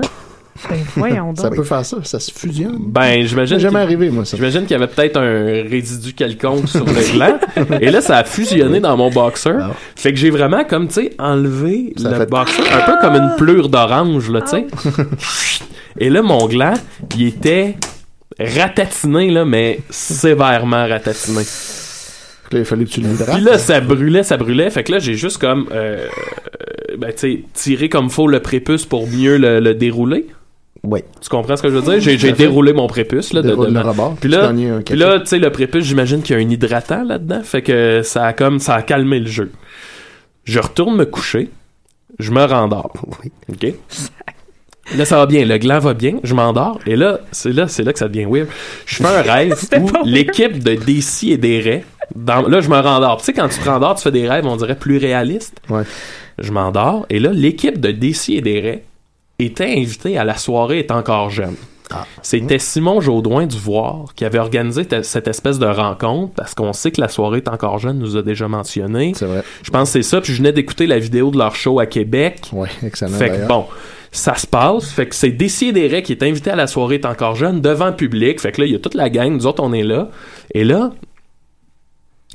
Speaker 5: Ben voyons donc.
Speaker 6: Ça peut faire ça, ça se fusionne.
Speaker 1: Ben, j'imagine.
Speaker 6: Ça m'est jamais
Speaker 1: qu'il-
Speaker 6: arrivé, moi, ça.
Speaker 1: J'imagine qu'il y avait peut-être un résidu quelconque sur le gland. Et là, ça a fusionné dans mon boxer. Fait que j'ai vraiment, comme, tu sais, enlevé
Speaker 6: Ah. Ça
Speaker 1: le
Speaker 6: fait-
Speaker 1: boxer, un peu comme une pleure d'orange, là, tu sais.
Speaker 6: Ah.
Speaker 1: Et là, mon gland, il était ratatiné, là, mais sévèrement ratatiné.
Speaker 6: Fait que là, il fallait que tu l'hydrates.
Speaker 1: Puis là, ça brûlait, ça brûlait. Fait que là, j'ai juste comme, euh, euh, ben, tu sais, tiré comme faut le prépuce pour mieux le, le dérouler.
Speaker 4: Oui.
Speaker 1: Tu comprends ce que je veux dire? J'ai, j'ai
Speaker 6: Tout à fait.
Speaker 1: déroulé mon prépuce, là. De,
Speaker 6: Déroule
Speaker 1: de-
Speaker 6: le rebord,
Speaker 1: Puis
Speaker 6: tu
Speaker 1: là,
Speaker 6: t'en y as un
Speaker 1: puis là, tu sais, le prépuce, j'imagine qu'il y a un hydratant là-dedans. Fait que ça a comme, ça a calmé le jeu. Je retourne me coucher. Je me rendors. OK? Là, ça va bien. Le gland va bien. Je m'endors. Et là, c'est là, c'est là que ça devient weird. Je fais un rêve où l'équipe de DC et des raies. dans- là, je me rendors. Tu sais, quand tu te rendors, tu fais des rêves, on dirait, plus réalistes. Je m'endors. Et là, l'équipe de DC et des raies était invitée à la soirée est encore jeune.
Speaker 6: Ah.
Speaker 1: C'était Simon Jaudoin du Voir qui avait organisé te- cette espèce de rencontre parce qu'on sait que la soirée est encore jeune nous a déjà mentionné.
Speaker 6: C'est vrai.
Speaker 1: Je pense que c'est ça. Puis je venais d'écouter la vidéo de leur show à Québec.
Speaker 6: Ouais, excellent.
Speaker 1: Fait que
Speaker 6: d'ailleurs.
Speaker 1: bon, ça se passe. Fait que c'est Décideret qui est invité à la soirée est encore jeune devant le public. Fait que là, il y a toute la gang. Nous autres, on est là. Et là,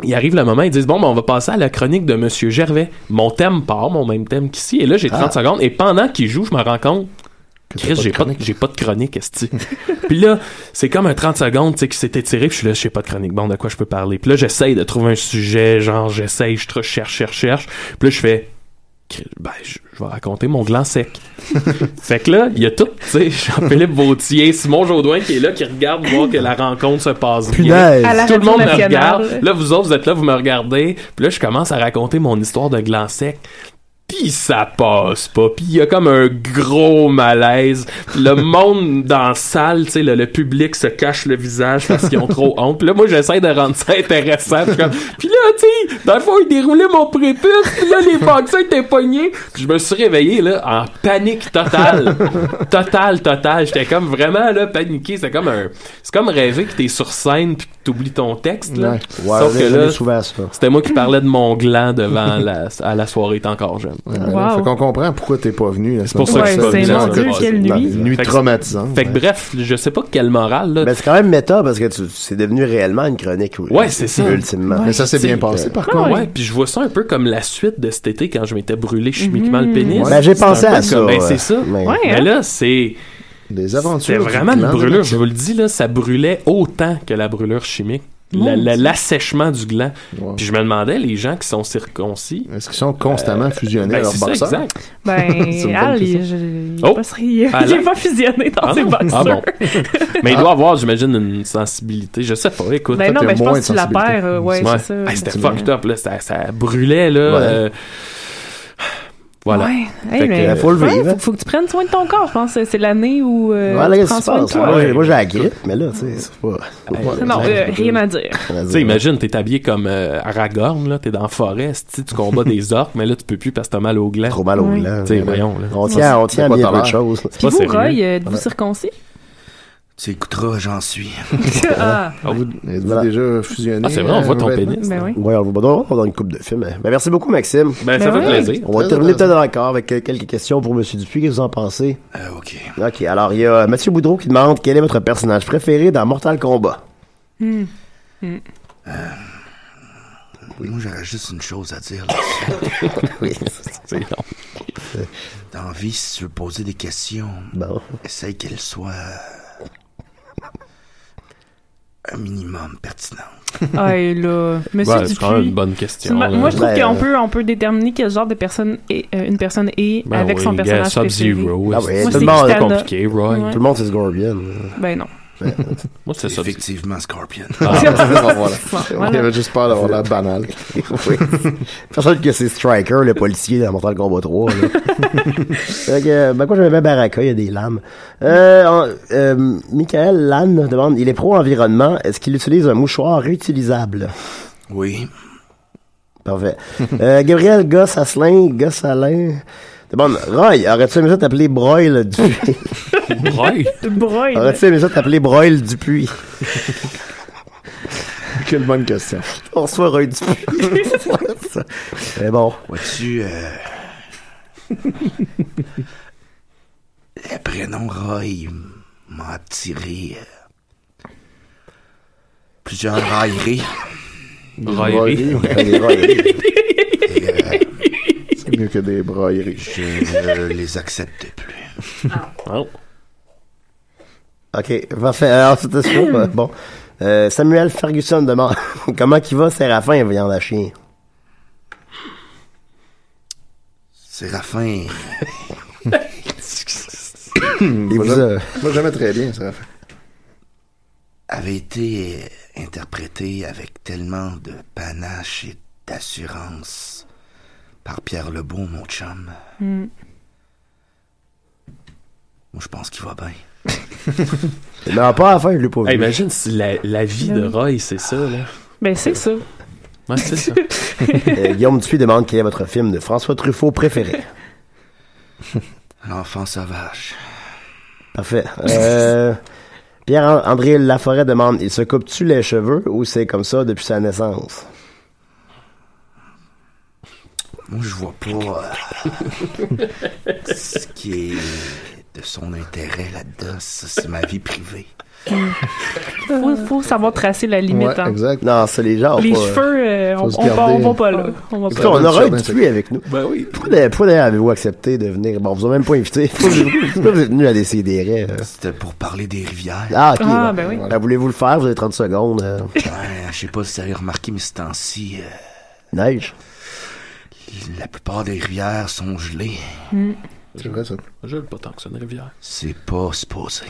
Speaker 1: il arrive le moment, ils disent Bon, ben, on va passer à la chronique de Monsieur Gervais. Mon thème part, mon même thème qu'ici. Et là, j'ai 30
Speaker 4: Ah.
Speaker 1: secondes. Et pendant qu'il joue, je me rends compte
Speaker 6: que t'as
Speaker 1: Chris,
Speaker 6: pas de
Speaker 1: j'ai pas, de- j'ai pas de chronique, esti. puis là, c'est comme un 30 secondes, tu sais, qui s'est étiré, puis je suis là, j'ai pas de chronique. Bon, de quoi je peux parler? Puis là, j'essaye de trouver un sujet, genre, j'essaye, je tr- cherche, cherche, cherche. Puis là, je fais, Chris, ben, je je vais raconter mon gland sec. fait que là, il y a tout, tu sais, Jean-Philippe Vautier, Simon Jaudoin qui est là, qui regarde voir que la rencontre se passe
Speaker 4: Punaise.
Speaker 1: bien.
Speaker 4: À la
Speaker 1: Tout le
Speaker 4: Radio
Speaker 1: monde me
Speaker 4: Nationale.
Speaker 1: regarde. Là, vous autres, vous êtes là, vous me regardez. Puis là, je commence à raconter mon histoire de gland sec. Pis ça passe pas. Pis il y a comme un gros malaise. Le monde dans la salle, tu sais, le, le public se cache le visage parce qu'ils ont trop honte. Puis là, moi, j'essaie de rendre ça intéressant. Puis comme- Puis là, tu sais, dans le fond, il déroulait mon prépuce. Puis là, les vaccins étaient pognés. Puis je me suis réveillé, là, en panique totale. Totale, totale. J'étais comme vraiment, là, paniqué. C'est comme un... C'est comme rêver que t'es sur scène puis que t'oublies ton texte, là.
Speaker 4: Ouais. Ouais, on est jamais souvent à ça.
Speaker 1: c'était moi qui parlais de mon gland devant la, à la soirée T'es encore jeune.
Speaker 6: Ouais, là, Fait qu'on comprend pourquoi t'es pas venu. la
Speaker 1: C'est pour
Speaker 6: semaine
Speaker 1: ça que je
Speaker 6: prochaine.
Speaker 1: suis pas
Speaker 6: Ouais,
Speaker 1: venu. Mon Dieu,
Speaker 6: c'est
Speaker 1: quelle
Speaker 6: dans
Speaker 1: nuit.
Speaker 6: des nuits
Speaker 1: Fait que-
Speaker 6: traumatisante.
Speaker 1: Fait que bref, je sais pas quelle morale, là.
Speaker 4: Mais Ben, c'est quand même méta parce que tu- c'est devenu réellement une chronique. Oui,
Speaker 1: Ouais, c'est ça.
Speaker 4: Ultimement.
Speaker 1: T'sais, euh,
Speaker 6: Ah
Speaker 4: Ouais.
Speaker 1: Ouais, puis je vois ça un peu comme la suite de cet été quand je m'étais brûlé chimiquement
Speaker 5: Mm-hmm.
Speaker 1: le pénis.
Speaker 4: Ouais. Ben, j'ai
Speaker 1: C'est un
Speaker 4: pensé
Speaker 1: peu
Speaker 4: à
Speaker 1: comme-
Speaker 4: ça,
Speaker 1: Ben,
Speaker 4: ouais.
Speaker 1: c'est ça.
Speaker 4: Mais-
Speaker 1: Mais,
Speaker 4: Ouais, hein?
Speaker 1: là, c'est.
Speaker 6: Des aventures
Speaker 1: C'était
Speaker 6: du
Speaker 1: vraiment une
Speaker 6: gland de
Speaker 1: brûlure.
Speaker 6: Mathieu.
Speaker 1: Je vous le dis, là, ça brûlait autant que la brûlure chimique. La- la- L'assèchement du gland. Puis je me demandais, les gens qui sont circoncis.
Speaker 6: Est-ce qu'ils sont constamment fusionnés
Speaker 1: ben,
Speaker 6: à leur
Speaker 1: c'est ça,
Speaker 6: boxeur?
Speaker 1: exact. C'est
Speaker 5: Ben,
Speaker 1: une bonne
Speaker 5: Al, il
Speaker 1: question.
Speaker 5: je- il
Speaker 1: Oh.
Speaker 5: est pas sur- il est-
Speaker 1: Ah,
Speaker 5: il est
Speaker 1: là.
Speaker 5: pas fusionné dans
Speaker 1: Ah
Speaker 5: ses
Speaker 1: non?
Speaker 5: boxeurs.
Speaker 1: Ah bon. Mais il
Speaker 4: Ah.
Speaker 1: doit avoir, j'imagine, une sensibilité. Je sais pas, écoute.
Speaker 5: Ben non,
Speaker 1: Toi,
Speaker 5: ben,
Speaker 1: t'as
Speaker 5: je
Speaker 1: moins
Speaker 5: pense que
Speaker 1: de
Speaker 5: tu la
Speaker 1: sensibilité.
Speaker 5: perds, euh, ouais, c'est ça.
Speaker 1: Hey, C'était
Speaker 5: Ouais.
Speaker 1: fucked up, là. Ça, ça brûlait, là.
Speaker 4: Ouais.
Speaker 1: euh, Voilà.
Speaker 5: Ouais.
Speaker 1: Fait
Speaker 5: Hey,
Speaker 1: que,
Speaker 5: mais-
Speaker 1: euh,
Speaker 4: faut le
Speaker 5: ouais,
Speaker 4: vivre, hein.
Speaker 5: faut, faut que tu prennes soin de ton corps, je pense. C'est l'année où euh,
Speaker 4: Ouais, là,
Speaker 5: tu
Speaker 4: qu'est-ce
Speaker 5: prends
Speaker 4: qui se
Speaker 5: soin de
Speaker 4: passe?
Speaker 5: toi.
Speaker 4: Moi, j'ai- Moi, j'ai la grippe, mais là, tu sais, c'est pas.
Speaker 1: Ouais.
Speaker 5: Non, euh, rien à dire.
Speaker 1: Tu sais, imagine, t'es habillé comme euh, Aragorn, là, t'es dans la forêt, esti, tu combats des orques, mais là, tu peux plus parce que t'as mal au gland. Trop
Speaker 4: mal au Ouais. gland.
Speaker 1: Tu sais, voyons, là.
Speaker 4: On tient, on tient à bien peu de choses.
Speaker 1: C'est pas
Speaker 5: Puis vous,
Speaker 1: sérieux.
Speaker 5: Roy, euh, êtes-vous circoncis?
Speaker 7: Tu écouteras, j'en suis.
Speaker 5: Ah.
Speaker 6: Êtes-vous déjà fusionné?
Speaker 1: Ah, c'est vrai, on voit ton
Speaker 6: euh,
Speaker 1: pénis.
Speaker 5: Ben oui.
Speaker 4: Ouais, on va on va dans une coupe de film. hein. Ben, merci beaucoup, Maxime.
Speaker 1: Ben, ça
Speaker 5: Ben
Speaker 1: fait
Speaker 5: ouais.
Speaker 1: plaisir.
Speaker 4: On va
Speaker 6: Très
Speaker 4: terminer
Speaker 6: intéressant.
Speaker 4: peut-être encore avec euh, quelques questions pour M. Dupuis. Qu'est-ce que vous en pensez?
Speaker 7: Euh, OK.
Speaker 4: OK, alors il y a euh, Mathieu Boudreau qui demande quel est votre personnage préféré dans Mortal Kombat?
Speaker 7: Moi, j'aurais juste une chose à dire. là-dessus.
Speaker 4: Oui. Euh.
Speaker 1: C'est long.
Speaker 7: Dans la vie, si tu veux poser des questions,
Speaker 4: Bon.
Speaker 7: essaye qu'elles soient euh, un minimum pertinentes.
Speaker 5: Ah, et là, Monsieur
Speaker 1: Ouais, c'est quand même
Speaker 5: Dupuis.
Speaker 1: une bonne
Speaker 5: tu
Speaker 1: question.
Speaker 5: m'as-
Speaker 1: là.
Speaker 5: Moi, je trouve
Speaker 4: Ben,
Speaker 5: qu'on
Speaker 4: euh,
Speaker 5: peut, on peut déterminer quel genre de personne est, euh, une personne est
Speaker 1: Ben
Speaker 5: avec
Speaker 1: oui,
Speaker 5: son
Speaker 1: gars,
Speaker 5: personnage préféré.
Speaker 1: Sub-Zero,
Speaker 4: Ah
Speaker 1: esti,
Speaker 4: ouais,
Speaker 5: Moi,
Speaker 4: tout
Speaker 5: c'est
Speaker 4: le monde
Speaker 1: c'est
Speaker 5: Kitana.
Speaker 1: compliqué, right?
Speaker 5: Ouais.
Speaker 4: Tout le monde c'est Scorpion.
Speaker 5: Ben non.
Speaker 1: Moi, c'est ça.
Speaker 7: Effectivement, Scorpion.
Speaker 6: Ah, voilà.
Speaker 5: Voilà.
Speaker 6: Il avait juste peur d'avoir l'air banal.
Speaker 4: oui. Personne que c'est Striker, le policier dans Mortal Kombat 3. là. fait que, euh, ben quoi, j'aimais bien Baraka, il y a des lames. Euh, en- euh, Michael Lann demande, il est pro-environnement, est-ce qu'il utilise un mouchoir réutilisable?
Speaker 7: Oui.
Speaker 4: Parfait. Euh, Gabriel Gosselin, Gosselin demande, Roy, aurais-tu aimé ça t'appeler Broil Dupuis?
Speaker 1: Right.
Speaker 5: Broil.
Speaker 4: aurais-tu aimé ça t'appeler Broil Dupuis?
Speaker 6: Quelle bonne question.
Speaker 4: On reçoit Roy Dupuis. Mais bon.
Speaker 7: Vois-tu, euh, le prénom Roy m'a attiré euh, plusieurs railleries.
Speaker 1: Right.
Speaker 4: Des Roy.
Speaker 6: C'est mieux que des broyeries.
Speaker 7: Je ne les accepte plus.
Speaker 1: Oh.
Speaker 4: OK, parfait. Alors, c'était ça. euh, bon. Euh, Samuel Ferguson demande comment qu'il va Séraphin viande à chien.
Speaker 7: Séraphin,
Speaker 6: Hmm,
Speaker 4: Et vous, euh,
Speaker 6: Moi, j'aimais très bien, ça.
Speaker 7: avait été euh, interprété avec tellement de panache et d'assurance par Pierre Lebeau, mon chum. Moi, je pense qu'il va bien.
Speaker 4: non, pas à la fin, je l'ai pas vu.
Speaker 6: Ah,
Speaker 1: Hey, imagine si la, la vie de Roy, c'est ça, là.
Speaker 5: Ben c'est ça.
Speaker 1: Ouais, c'est ça.
Speaker 4: Euh, Guillaume Dupuis demande quel est votre film de François Truffaut préféré.
Speaker 7: L'enfant sauvage.
Speaker 4: Parfait. Euh, Pierre-André Laforêt demande il se coupe-tu les cheveux ou c'est comme ça depuis sa naissance
Speaker 7: Moi, je vois pas euh, ce qui est de de son intérêt là-dedans. Ça, c'est ma vie privée.
Speaker 5: faut, faut savoir tracer la limite. hein.
Speaker 4: exact. Non, ça, les gens. ont
Speaker 5: Les
Speaker 4: pas-
Speaker 5: cheveux, euh,
Speaker 4: faut
Speaker 5: on,
Speaker 4: se
Speaker 5: on va,
Speaker 4: garder.
Speaker 5: on va pas là. On va
Speaker 4: Écoutez,
Speaker 6: Ben,
Speaker 5: pas
Speaker 4: on
Speaker 5: là.
Speaker 4: aura un petit avec nous. Ben oui. Pourquoi d'ailleurs- pourquoi d'ailleurs avez-vous accepté de venir Bon, vous avez même pas invité. Pourquoi vous êtes venu à décider
Speaker 7: C'était pour parler des rivières.
Speaker 4: euh. Ah, ok.
Speaker 7: Ah,
Speaker 4: bon.
Speaker 7: ben oui.
Speaker 4: Voulez-vous le faire Vous avez 30 secondes. euh.
Speaker 7: Ouais, Ben, je sais pas si vous avez remarqué, mais ce temps-ci, euh,
Speaker 4: Neige.
Speaker 7: la plupart des rivières sont gelées.
Speaker 6: C'est vrai, ça.
Speaker 1: Je veux pas tant que ça, une rivière.
Speaker 7: C'est pas supposé.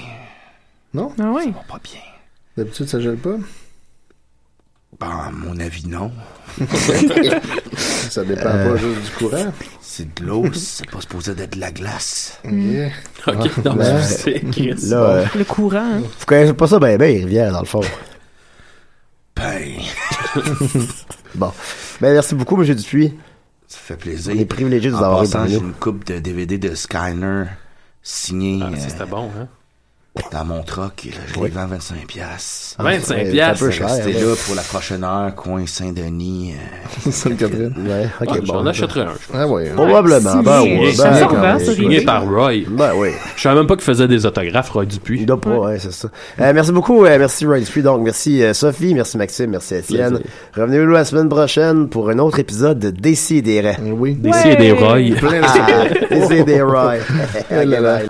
Speaker 6: Non?
Speaker 5: Ah oui.
Speaker 7: Pas bien.
Speaker 6: D'habitude, ça gèle pas.
Speaker 7: Ben, à mon avis, non.
Speaker 6: ça dépend pas juste du courant.
Speaker 7: C'est de l'eau, c'est pas supposé d'être de la glace.
Speaker 6: Yeah.
Speaker 5: Ah.
Speaker 1: Ok, non,
Speaker 4: Ben,
Speaker 1: mais c'est Chris.
Speaker 4: Là, euh,
Speaker 5: Le courant. hein.
Speaker 4: vous connaissez pas ça ben ben, les rivières, dans le fond.
Speaker 7: Ben,
Speaker 4: bon. Ben, merci beaucoup, M. Dupuis.
Speaker 7: ça fait plaisir.
Speaker 4: On est privilégiés de vous
Speaker 7: En
Speaker 4: avoir
Speaker 7: passant,
Speaker 4: parmi
Speaker 7: j'ai
Speaker 4: nous.
Speaker 7: une coupe de DVD de Skyner signée
Speaker 1: Ah, si
Speaker 7: euh,
Speaker 1: c'était bon, hein.
Speaker 7: dans mon truck. et là, je les vends 25 pièces.
Speaker 1: Ah, 25 c'est- piastres. c'est un peu cher,
Speaker 7: Restez
Speaker 1: ouais.
Speaker 7: là pour la prochaine heure, coin Saint-Denis. euh,
Speaker 6: Sainte-Catherine.
Speaker 4: Ouais, ok,
Speaker 1: Ah,
Speaker 4: bon.
Speaker 1: J'en achèterai un. je pense.
Speaker 6: Ah ouais.
Speaker 4: Probablement. Ben,
Speaker 5: Signé.
Speaker 4: ouais,
Speaker 5: Ça
Speaker 4: ben,
Speaker 5: se
Speaker 4: quand
Speaker 5: revend,
Speaker 4: même.
Speaker 5: ça,
Speaker 1: Signé par Roy.
Speaker 4: Ben, oui.
Speaker 1: Je savais même pas qu'il faisait des autographes, Roy Dupuis.
Speaker 4: Il doit pas, ouais, c'est ça. Euh, merci beaucoup, euh, merci Ryan Dupuis. Donc, merci euh, Sophie, merci Maxime, merci Étienne.
Speaker 1: Plaisir.
Speaker 4: Revenez-nous la semaine prochaine pour un autre épisode de Décider.
Speaker 6: Oui.
Speaker 1: Des si et des Roy.
Speaker 6: Plein de-
Speaker 4: Ah, Décider, Roy.
Speaker 6: là là.